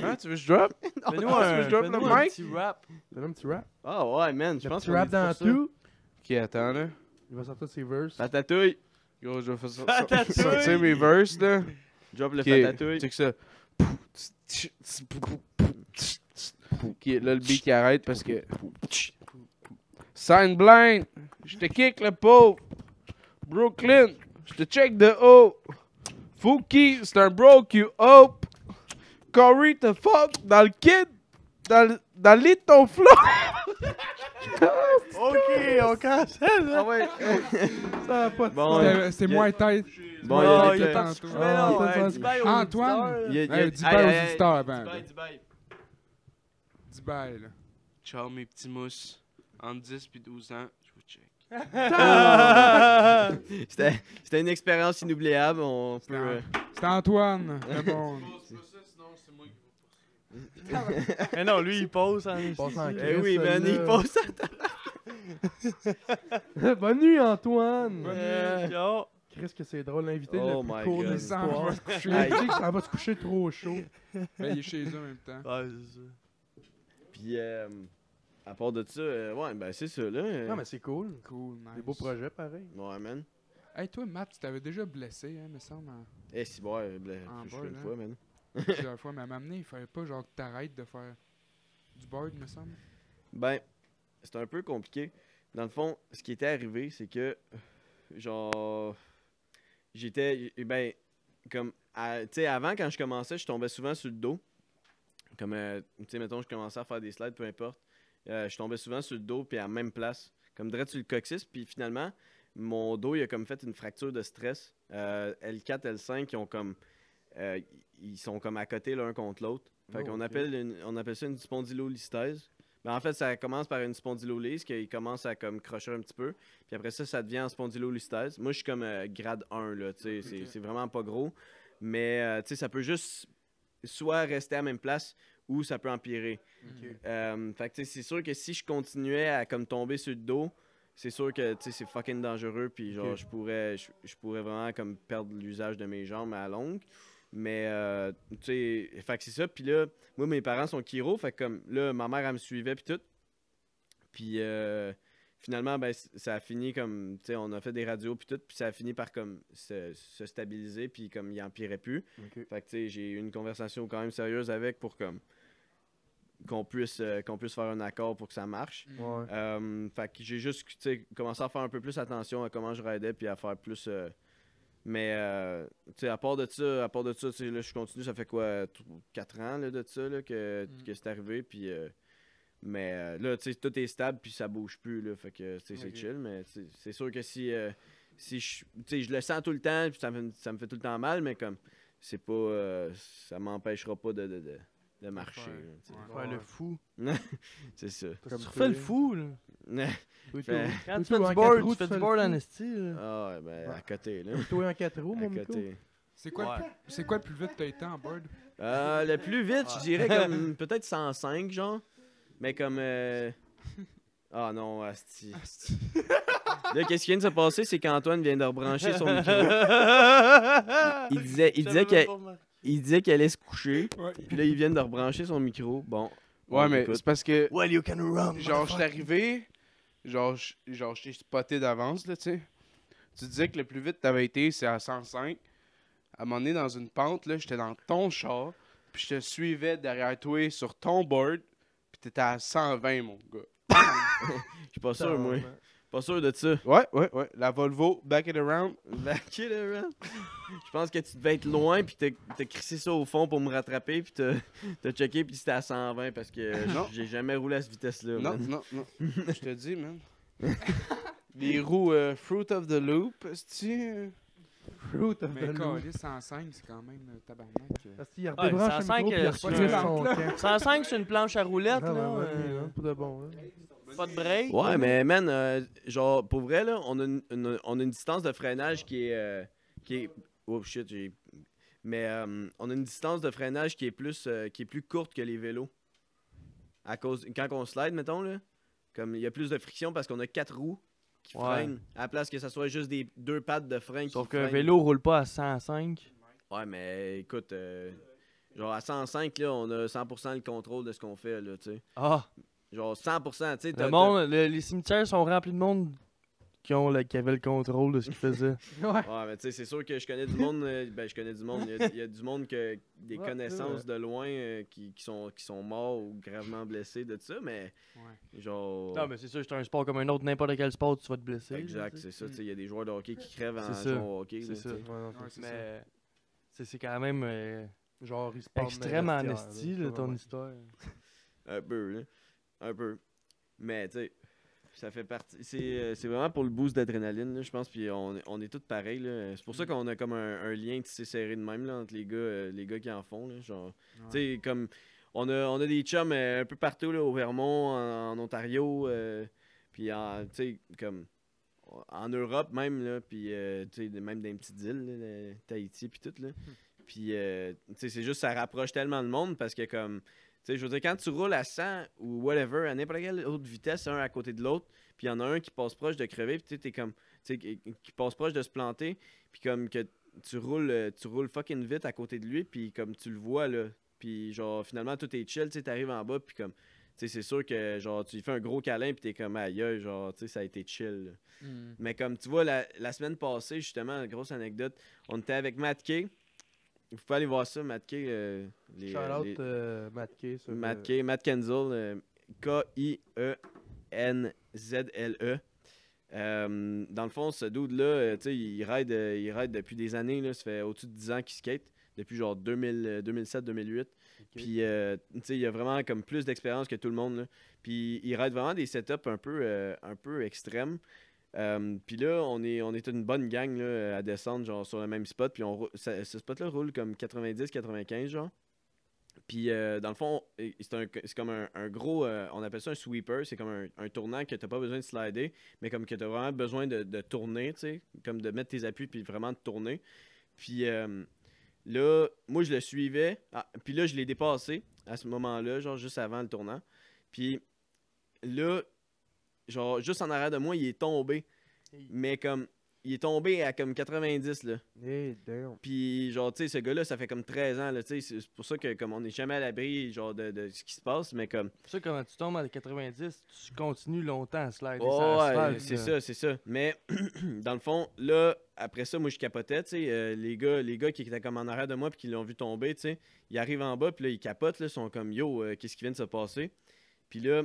Hein, tu veux que je drop? Fais-nous Ah, tu veux un, que je drop fais-nous le un mic? petit rap. Donne un petit rap. Ah ouais, man. Je Le pense petit qu'on rap est dans pour ça. tout. Ok, attends là. Il va sortir ses verses. Patatouille. Gros, je vais faire ça. Patatouille! Sortir mes verses, là. Drop le Ok, patatouille. check ça. Ok, là, le beat qui arrête parce que. Sign blind, je te kick le pauvre. Brooklyn, je te check de haut. Fouki, c'est un broke you up. Corey, te fuck dans le kid. Dans, le- dans le lit de ton flow. Ok, on cancelle. Ah ouais. Ah, Ça va pas de Bon, euh, C'était c'était il y a- moins tête. Bon, Oh, il y il a est quelqu'un. parti. tantôt. Mais non, Ah, hey, dis bye aux Antoine. auditeurs. Il y a- il y a- Hey, Dis Aïe, bye aïe, aux aïe. auditeurs avant. Dis là. bye, dis bye. Dis bye, là. Ciao, mes petits mousses. Entre 10 et 12 ans, je vous check. C'était c'était une expérience inoubliable. On peut. euh, C'était Antoine, [LAUGHS] le monde. [LAUGHS] Mais non, lui, il pose. hein. Passe en Eh Chris, oui, man, il là. passe ça. [LAUGHS] Bonne nuit, Antoine. Euh, ciao. Chris, que c'est drôle, l'invité Oh le my plus court de God. Il s'en va l'histoire. se coucher. Aïe. Tu sais que ça va se coucher trop chaud. Ben, il est chez eux en même temps. Ouais, c'est ça. Puis, euh, à part de ça, euh, ouais, ben c'est ça, là. euh, Non, mais c'est cool. Cool, nice. Des beaux projets, pareil. Ouais, man. Hey, toi, Matt, tu t'avais déjà blessé, hein, me [LAUGHS] semble, en- Eh, si, bon, euh, bleu, Ah, je bon, fais une hein. fois, man. plusieurs fois. Mais à m'amener, il fallait pas, genre, que t'arrêtes de faire du board, me semble. Ben, c'est un peu compliqué. Dans le fond, ce qui était arrivé, c'est que, genre, j'étais, ben, comme, à- tu sais, avant, quand je commençais, je tombais souvent sur le dos. Comme, euh, tu sais, mettons, je commençais à faire des slides, peu importe. Euh, je tombais souvent sur le dos, puis à la même place. Comme, direct sur le coccyx, puis finalement, mon dos, il a comme fait une fracture de stress. Euh, L4, L5, ils ont comme, euh, ils sont comme à côté l'un contre l'autre. Fait Oh, qu'on ok. appelle, une- on appelle ça une spondylolistèse. Ben, en fait, ça commence par une spondylolise qui commence à comme crocher un petit peu. Puis après ça, ça devient en spondylolistèse. Moi, je suis comme euh, grade 1, là. tu sais, c'est- Ok. C'est vraiment pas gros. Mais euh, tu sais, ça peut juste soit rester à la même place ou ça peut empirer. Euh, fait que tu sais, c'est sûr que si je continuais à comme tomber sur le dos, c'est sûr que tu sais, c'est fucking dangereux puis genre Ok. je pourrais je, je pourrais vraiment comme perdre l'usage de mes jambes à la longue. Mais euh, tu sais, fait que c'est ça puis là moi mes parents sont chiro, fait que comme là ma mère elle me suivait puis tout. Puis euh, finalement ben c- ça a fini comme tu sais on a fait des radios puis tout puis ça a fini par comme se, se stabiliser puis comme il empirait plus. Ok. Fait que tu sais, j'ai eu une conversation quand même sérieuse avec pour comme qu'on puisse euh, qu'on puisse faire un accord pour que ça marche. Ouais. Euh, fait que j'ai juste tu sais, commencé à faire un peu plus attention à comment je raidais puis à faire plus euh, mais euh, tu sais, à part de ça, à part de ça, tu sais, là je continue, ça fait quoi 4 ans là, de ça là, que, Mm. que c'est arrivé puis euh, mais euh, là tu sais tout est stable puis ça bouge plus là, fait que tu sais, c'est Ok. chill mais tu sais, c'est sûr que si euh, si je, tu sais, je le sens tout le temps puis ça me, ça me fait tout le temps mal mais comme c'est pas euh, ça m'empêchera pas de, de, de, de marcher. Ouais. là, tu sais. Ouais. Faire le fou. C'est ça. Tu refais le fou, là. Toi, Ben, toi, Quand tu toi, fais en du quatre board, roues, tu fais fais du le board fou. en esti, là. Ah ouais, ben à côté, là. Toi en quatre roues, À mon Nico. côté. C'est quoi, le plus- c'est quoi le plus vite que t'as été en board? Euh, le plus vite, Ouais. je dirais Ah. comme peut-être 105, genre. Mais comme. euh, Ah non, Asti. Là, qu'est-ce qui vient de se passer, c'est qu'Antoine vient de rebrancher son [LAUGHS] micro. Il disait, il disait qu'il il disait qu'il allait se coucher. Ouais. Puis là, il vient de rebrancher son micro. Bon. on Ouais, mais écoute. c'est parce que, Well, you can run. genre, je suis arrivé, genre, je genre, je t'ai spoté d'avance, là, tu sais. Tu disais que le plus vite t'avais été, c'est à 105. À un moment donné, dans une pente, là, j'étais dans ton char, puis je te suivais derrière toi sur ton board, puis t'étais à 120, mon gars. Je suis pas sûr, moi. Pas sûr de ça. Ouais, ouais, ouais. La Volvo, back it around. Back it around. Je pense que tu devais être loin, puis t'as t'as crissé ça au fond pour me rattraper, puis t'as t'as checké, puis c'était à 120 parce que Non. j'ai jamais roulé à cette vitesse-là. Non, man. non, non. Je te dis, man. Les roues euh, Fruit of the Loop, euh. c'est-tu? Fruit of Mais the loop. Calis 105, c'est quand même euh, tabarnak. euh. Parce qu'il Ouais, ça redébranche sent le micro que- puis il c'est reprend pas son camp. 105 sur une planche à roulettes, Ah, ben, là. ouais, ouais, euh, hein, Pour de bon. hein. Pas de break. Ouais, mais man, euh, genre, pour vrai, là, on a une, une- on a une distance de freinage qui est. euh, qui est... Oh shit, j'ai. Mais euh, on a une distance de freinage qui est plus euh, qui est plus courte que les vélos. À cause quand on slide mettons là, comme il y a plus de friction parce qu'on a quatre roues qui Ouais. freinent à la place que ça soit juste des deux pattes de frein qui Sauf qu'un freinent. vélo roule pas à 105. Ouais, mais écoute euh, genre à 105 là, on a 100% le contrôle de ce qu'on fait là, tu sais. Ah, Genre 100%, tu sais, t'as- le monde, le- les cimetières sont remplis de monde qui, ont le- qui avait le contrôle de ce qu'ils [LAUGHS] faisaient. Ouais, mais tu sais, c'est sûr que je connais du monde. euh, ben, je connais du monde. Il y a, il y a du monde que des Ouais, connaissances de loin euh, qui, qui sont, qui sont morts ou gravement blessés de ça, mais genre. Non, mais c'est sûr, c'est un sport comme un autre, n'importe quel sport, tu vas te blesser. là, Exact, tu sais. c'est ça. tu sais, Il y a des joueurs de hockey qui crèvent en C'est ça, jouant au hockey. C'est là, ça. tu sais. Ouais, non, Ouais, c'est ça. Mais c'est- c'est quand même euh, Genre, il se parle extrême dans en le vestiaire, esti, là, là, ton ouais. histoire. Un peu, là. Un peu. Mais tu sais, ça fait partie. C'est euh, c'est vraiment pour le boost d'adrénaline, là, je pense. Puis on, est- on est tous pareils, là. C'est pour Mm. ça qu'on a comme un, un lien tissé serré de même, là, entre les gars, euh, les gars qui en font, là. Genre. Tu sais, comme on a, on a des chums euh, un peu partout, là, au Vermont, en, en Ontario, euh, puis en, tu sais, comme en Europe même, là, puis euh, tu sais, même dans les petites îles, là, euh, Tahiti, puis tout, là. Puis, euh, tu sais, c'est juste, ça rapproche tellement le monde parce que, comme, tu sais, je veux dire, quand tu roules à 100 ou whatever, à n'importe quelle autre vitesse, un à côté de l'autre, puis il y en a un qui passe proche de crever, puis tu sais, t'es comme, tu sais, qui, qui passe proche de se planter, puis comme que tu roules, euh, tu roules fucking vite à côté de lui, puis comme tu le vois, là, puis genre, finalement, tout est chill, tu sais, t'arrives en bas, puis comme, tu sais, c'est sûr que, genre, tu lui fais un gros câlin, puis t'es comme, aïe, aïe, genre, tu sais, ça a été chill, là. Hmm. Mais comme tu vois, la, la semaine passée, justement, grosse anecdote, on était avec Matt Kay. Vous pouvez aller voir ça, Matt Kay. euh, les, Shout euh, les- out euh, Matt Kay. sur, Matt euh, Kay, Matt Kenzel, euh, E K-I-E-N-Z-L-E. E. Euh, dans le fond, ce dude-là, euh, tu sais, il ride, euh, il ride depuis des années, là, ça fait au-dessus de 10 ans qu'il skate, depuis genre euh, 2007-2008. Puis, euh, tu sais, il a vraiment comme plus d'expérience que tout le monde. là. Puis, il ride vraiment des setups un peu, euh, un peu extrêmes. Euh, puis là, on est, on est une bonne gang là, à descendre genre, sur le même spot. Puis on, rou- ça- ce spot-là roule comme 90-95, genre. Puis euh, dans le fond, et- c'est un- c'est comme un, un gros, euh, on appelle ça un sweeper, c'est comme un, un tournant que t'as pas besoin de slider, mais comme que t'as vraiment besoin de, de tourner, tu sais, comme de mettre tes appuis puis vraiment de tourner. Puis euh, là, moi je le suivais, Ah, puis là je l'ai dépassé à ce moment-là, genre juste avant le tournant. Puis là, genre, juste en arrière de moi, il est tombé. Mais comme, il est tombé à comme 90, là. Hey, damn. Puis, genre, tu sais, ce gars-là, ça fait comme 13 ans, là, tu sais. C'est c'est pour ça que, comme, on n'est jamais à l'abri, genre, de, de ce qui se passe, mais comme. C'est ça, quand tu tombes à 90, tu continues longtemps à slider. Ouais, sur l'asphalte, ouais, c'est là. ça, c'est ça. Mais [CLEARS THROAT] dans le fond, là, après ça, moi je capotais, tu sais, euh, les gars, les gars qui étaient comme en arrière de moi puis qui l'ont vu tomber, tu sais, ils arrivent en bas puis là ils capotent, là, ils sont comme yo, euh, qu'est-ce qui vient de se passer Puis là,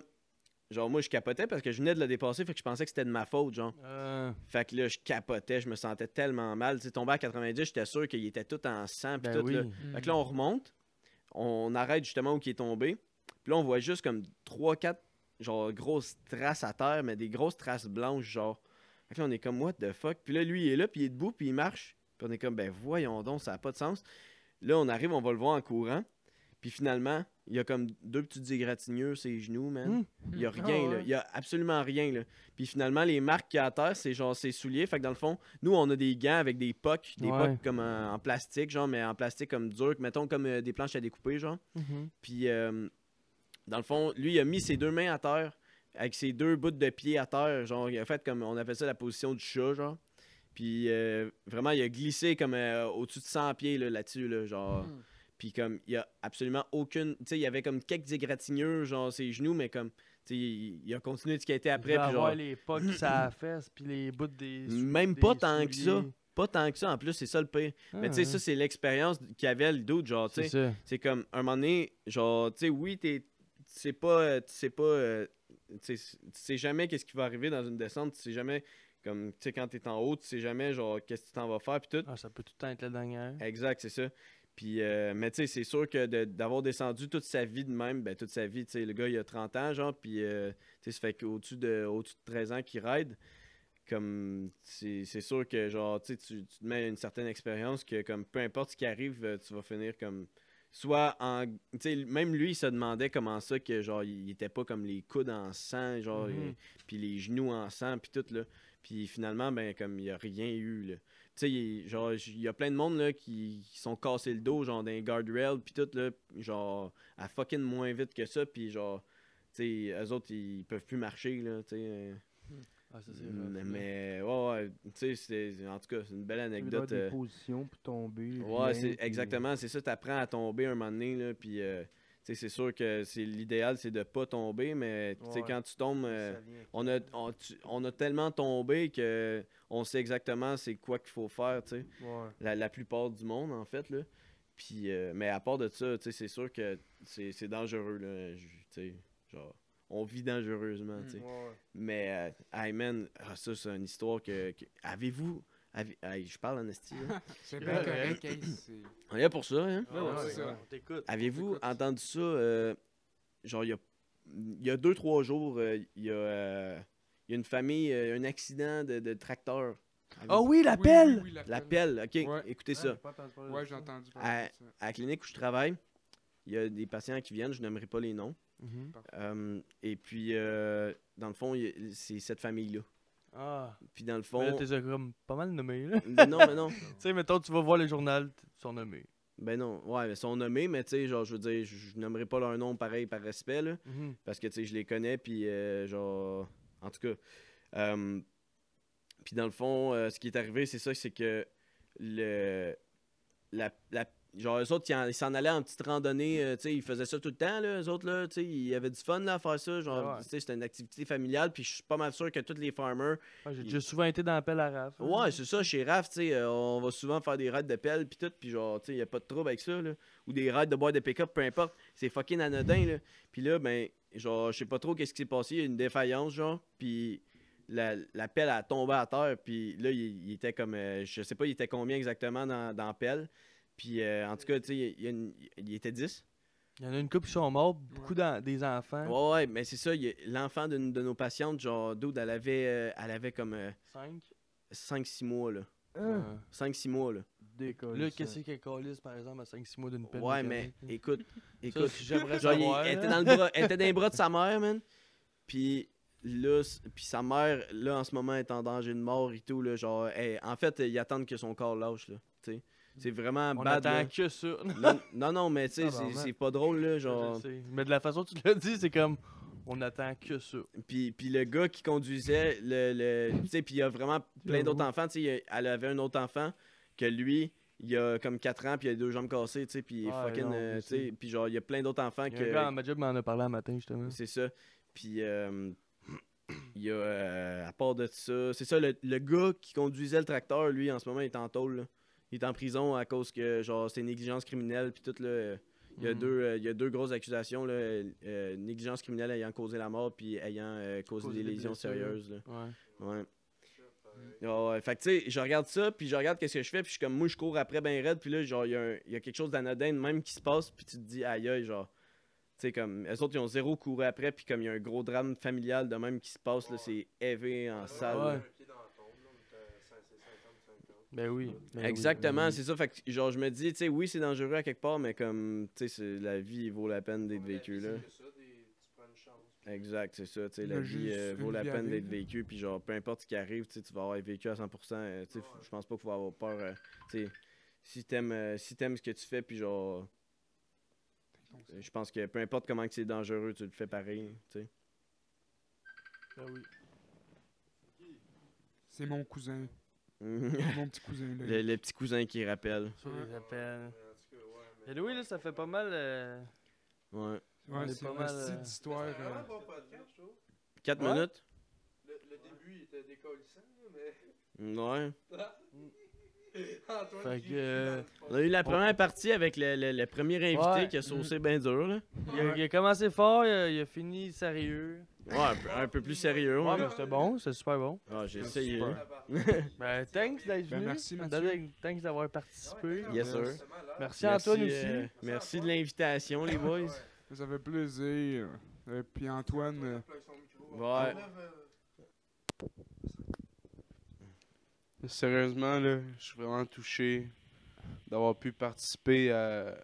genre moi je capotais parce que je venais de la dépasser, fait que je pensais que c'était de ma faute, genre. Euh, Fait que là je capotais, je me sentais tellement mal, tu sais, tombé à 90, j'étais sûr qu'il était tout en sang puis ben tout oui. là. Mm. Fait que là, on remonte, on arrête justement où il est tombé. Puis là, on voit juste comme 3-4 genre grosses traces à terre, mais des grosses traces blanches, genre. Fait que là, on est comme, what the fuck? Puis là, lui, il est là, puis il est debout, puis il marche. Puis on est comme, ben voyons donc, ça n'a pas de sens. Là, on arrive, on va le voir en courant. Puis finalement, il y a comme deux petites égratignures ses genoux, man. Hmm. Il y a rien, Ah là. ouais. Il y a absolument rien, là. Puis finalement, les marques qu'il y a à terre, c'est genre ses souliers. Fait que dans le fond, nous, on a des gants avec des pocs, des Ouais. pocs comme euh, en, en plastique, genre, mais en plastique comme dur, que mettons comme euh, des planches à découper, genre. Mhm. Puis euh, dans le fond, lui, il a mis ses deux mains à terre, avec ses deux bouts de pied à terre, genre, il a fait comme, on appelle ça la position du chat, genre. Puis euh, vraiment, il a glissé comme euh, au-dessus de 100 pieds, là, là-dessus, là, genre. Hmm. Puis comme, il y a absolument aucune. Tu sais, il y avait comme quelques égratignures, genre ses genoux, mais comme, tu sais, il, il a continué de skater après. Il Puis va genre, avoir Ah, les pocs qui ça fesse, puis les bouts des. sou- Même des pas tant que souliers. ça. Pas tant que ça, en plus, c'est ça le pire. Mais Ah, tu sais, ça, ouais. c'est l'expérience qu'il avait, le doute, genre, tu sais. c'est ça. C'est comme, un moment donné, genre, tu sais, oui, t'es. Tu sais pas. euh, Tu sais pas. euh, tu sais- tu sais jamais qu'est-ce qui va arriver dans une descente. Tu sais jamais. Comme, tu sais, quand t'es en haut, tu sais jamais, genre, qu'est-ce que tu t'en vas faire, puis tout. Ah, ça peut tout le temps être la dernière. Exact, c'est ça. Puis, euh, mais tu sais, c'est sûr que de- d'avoir descendu toute sa vie de même, ben toute sa vie, tu sais, le gars, il a 30 ans, genre, puis, euh, tu sais, ça fait qu'au-dessus de, au de 13 ans qu'il ride, comme, c'est c'est sûr que, genre, tu sais, tu tu te mets une certaine expérience que, comme, peu importe ce qui arrive, euh, tu vas finir comme. Soit en. Tu sais, même lui, il se demandait comment ça que, genre, il il était pas comme les coudes en sang, genre, Mhm. et- puis les genoux en sang, puis tout, là. Puis finalement, ben, comme, il y a rien eu, là. Tu sais, il- genre, j- il y a plein de monde là, qui, qui sont cassés le dos, genre d'un guardrail, puis tout, là, genre, à fucking moins vite que ça, puis genre, tu sais, eux autres, ils peuvent plus marcher, là, tu sais. euh, Ah, ça, c'est rough, Mais, là. mais, ouais, ouais, tu sais, c'est- en tout cas, c'est une belle Tu dois avoir anecdote. des euh, positions pour tomber. ouais, rien, c'est puis- exactement, c'est ça, t'apprends à tomber un moment donné, là, puis, euh, tu sais, c'est sûr que c'est l'idéal, c'est de pas tomber, mais, tu sais, Ouais. quand tu tombes. euh, Ça vient. on a, on, tu- on a tellement tombé que on sait exactement c'est quoi qu'il faut faire, tu sais. Ouais. la, la plupart du monde, en fait. Là. Puis, euh, mais à part de ça, tu sais, c'est sûr que c'est c'est dangereux. Là, Je- tu sais, genre, on vit dangereusement. tu sais. Ouais. Mais, euh, hey, man, ah, ça, c'est une histoire que. que- Avez-vous. avez- hey, je parle en esti, là. C'est bien correct, hein, [CLEARS THROAT] c'est- On est là pour ça, hein? Ah ouais, ouais, c'est ça. On t'écoute. Avez-vous t'écoute. entendu ça? euh, genre, il y a, il y a deux, trois jours, euh, il y, a, euh, il y a une famille, euh, un accident de, de tracteur. Ah oui, la Oui, pelle! oui, oui, La pelle, ok, Ouais. écoutez Ah, ça. j'ai pas entendu parler de Ouais, ça. j'ai entendu Ah, parler de ça. à la clinique où je travaille, il y a des patients qui viennent, je nommerai pas les noms. Mhm. Euh, et puis, euh, dans le fond, il y a- c'est cette famille-là. Ah, Puis, dans le mais là, fond. t'es déjà comme pas mal nommé, là. [LAUGHS] Ben non, mais non. tu sais, mettons, tu vas voir le journal, t- ils sont nommés. Ben non. Ouais, mais ils sont nommés, mais tu sais, genre, je veux dire, je je nommerai pas leur nom pareil par respect, là. Mhm. Parce que, tu sais, je les connais, puis, euh, genre. En tout cas. euh, puis, dans le fond, euh, ce qui est arrivé, c'est ça, c'est que. Le. La. la- Genre, eux autres, ils en- ils s'en allaient en petite randonnée, euh, tu sais, ils faisaient ça tout le temps, là, eux autres, là, tu sais, ils avaient du fun, là, à faire ça, genre, Ah ouais. tu sais, c'était une activité familiale, puis je suis pas mal sûr que tous les farmers Ouais, J'ai Il- déjà souvent été dans la pelle à hein. raf. Ouais, c'est ça, chez Raph, tu sais, euh, on va souvent faire des raids de pelle puis tout, puis genre, tu sais, y a pas de trouble avec ça, là. Ou des raids de boire de pick-up, peu importe. C'est fucking anodin, là. Puis là, ben, genre, je sais pas trop qu'est-ce qui s'est passé, y a une défaillance, genre, puis la, la pelle a tombé à terre, puis là, il, il était comme, euh, je sais pas, il était combien exactement dans, dans la pelle. Puis euh, en tout cas, tu sais, il y a une- il était 10. Il y en a une couple qui sont morts, beaucoup d'en- des enfants. Ouais, ouais, mais c'est ça, il y a- l'enfant d'une de nos patientes, genre, dude, elle avait, euh, elle avait comme Cinq. 5-6 mois, là. Hein? Euh, 5-6 mois, là. Décolle. Là, ça. qu'est-ce qu'elle calisse, par exemple, à 5-6 mois d'une pelle? Ouais, mais mécanique, là? écoute, Ça, écoute. si [LAUGHS] j'aimerais genre, il- savoir. elle, était là. dans le bras, elle était dans les bras de [LAUGHS] sa mère, man. Puis là, c- puis sa mère, là, en ce moment, est en danger de mort et tout. Là, genre, elle- en fait, ils attendent que son corps lâche, là. tu sais. C'est vraiment On bad. attend là. que ça. [LAUGHS] Non, non, non, mais tu sais, c'est- Tabarnak. c'est pas drôle, là, genre. Je sais. Mais de la façon que tu l'as dit, c'est comme. On attend que ça. Puis, puis le gars qui conduisait, le, le- tu sais, puis il y a vraiment plein d'autres enfants. Tu sais, il y a- elle avait un autre enfant que lui, il a comme 4 ans, puis il a deux jambes cassées, tu sais, puis il est Ah, fucking, non, euh, tu je sais, puis genre, il y a plein d'autres enfants Il y a que. Un gars à ma job m'en a parlé un matin, justement. C'est ça. Puis, euh, [CLEARS THROAT] il y a, euh, à part de ça, c'est ça, le, le gars qui conduisait le tracteur, lui, en ce moment, il est en tôle. là. Il est en prison à cause que, genre, c'est négligence criminelle, puis tout, là. euh, Il y, a Mhm. deux, euh, il y a deux grosses accusations, là, euh, négligence criminelle ayant causé la mort, puis ayant euh, causé Causé des des lésions blessures. sérieuses, là. Ouais. Ouais. Ah ouais, Fait que, tu sais, je regarde ça, puis je regarde qu'est-ce que je fais, puis je suis comme, moi, je cours après ben raide, puis là, genre, il y, a un- il y a quelque chose d'anodin de même qui se passe, puis tu te dis, aïe, aïe, genre, tu sais, comme, eux autres, ils ont zéro couru après, puis comme, il y a un gros drame familial de même qui se passe, là, c'est éveillé en salle. là. Ouais. Ben oui. ben oui, Exactement, ben oui. c'est ça. Fait que, genre, je me dis, tu sais, oui, c'est dangereux à quelque part, mais comme, tu sais, c'est- la vie vaut la peine d'être vécue, là. Exact, c'est ça. tu sais, Il la a vie juste euh, une vaut la vie à peine d'être vivre. vécue. Puis genre, peu importe ce qui arrive, tu sais, tu vas avoir vécu à 100%. euh, tu sais, f- Je pense pas qu'il faut avoir peur. euh, tu sais, si t'aimes euh, si t'aimes ce que tu fais, puis genre, euh, je pense que peu importe comment que c'est dangereux, tu le fais pareil. tu sais. Ben oui. C'est mon cousin. le, mon petit cousin, là. le petit cousin qui rappelle. Ça les appelle. Et Ben oui, là, ça fait pas mal. euh, Ouais. on Ouais, est c'est pas une mal, petite euh, histoire. Ah, euh, 4 Ouais. minutes Le, le début, il était décollissant, mais. Ouais. Antoine, Fait qui que, crie dans euh, On le a eu la première partie avec le, le- le premier invité Ouais. Mhm. qui a saucé bien dur. Là. Il a, il a commencé fort, il a, il a fini sérieux. Ouais, un, peu- un peu plus sérieux. Ouais, Ouais. mais c'était bon, c'était super bon. Ah, j'ai essayé. super. Ben, thanks d'être Ben, venu. merci, Mathieu. D'aller- Thanks d'avoir participé. Yes, sir. Merci, Antoine aussi. euh, merci de l'invitation, les boys. Ça fait plaisir. Et puis Antoine, euh, Ouais. Sérieusement, là, je suis vraiment touché d'avoir pu participer à...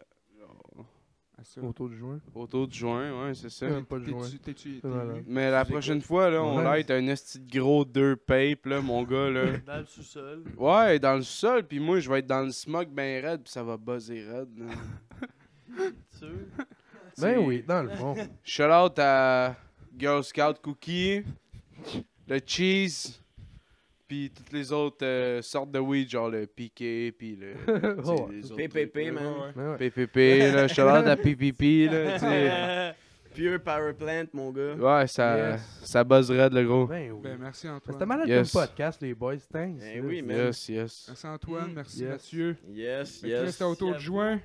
à ça. Autour du juin. au tour du juin, ouais, c'est ça. Ouais. pas le T'es-tu- joint. T'es-tu... C'est malade. t'es- Mais la prochaine fois, là, on Ouais. va être un esti de gros deux papes, là, mon gars, [LAUGHS] là. Dans le sous-sol. Ouais, dans le sol, puis moi, je vais être dans le smog ben raide, puis ça va buzzer raide. là. Sûr. Ben oui, dans le fond. Shout out à Girl Scout Cookie, le Cheese, puis toutes les autres euh, sortes de weed, genre le piqué, [LAUGHS] puis le. tu sais, Oh, ouais. les autres PPP, trucs, là. man. Ouais, ouais. Ben ouais. PPP, là, shout out à PPP, là, tu sais. [LAUGHS] Pure Power Plant, mon gars. Ouais, ça, Yes. ça buzz raide, le gros. Ben oui. Ben, merci Mais C'était Antoine. malade Yes. comme podcast, les boys. Thanks. Eh là. oui, man. Yes, yes. Merci Antoine, merci Yes. Mathieu. Yes, Fait que là, Mm. yes. C'était autour de Merci à juin.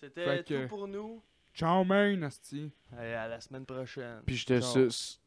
C'était Fait tout que- pour nous. Ciao, man, Asti. Allez, à la semaine prochaine. Puis je te Ciao. suce.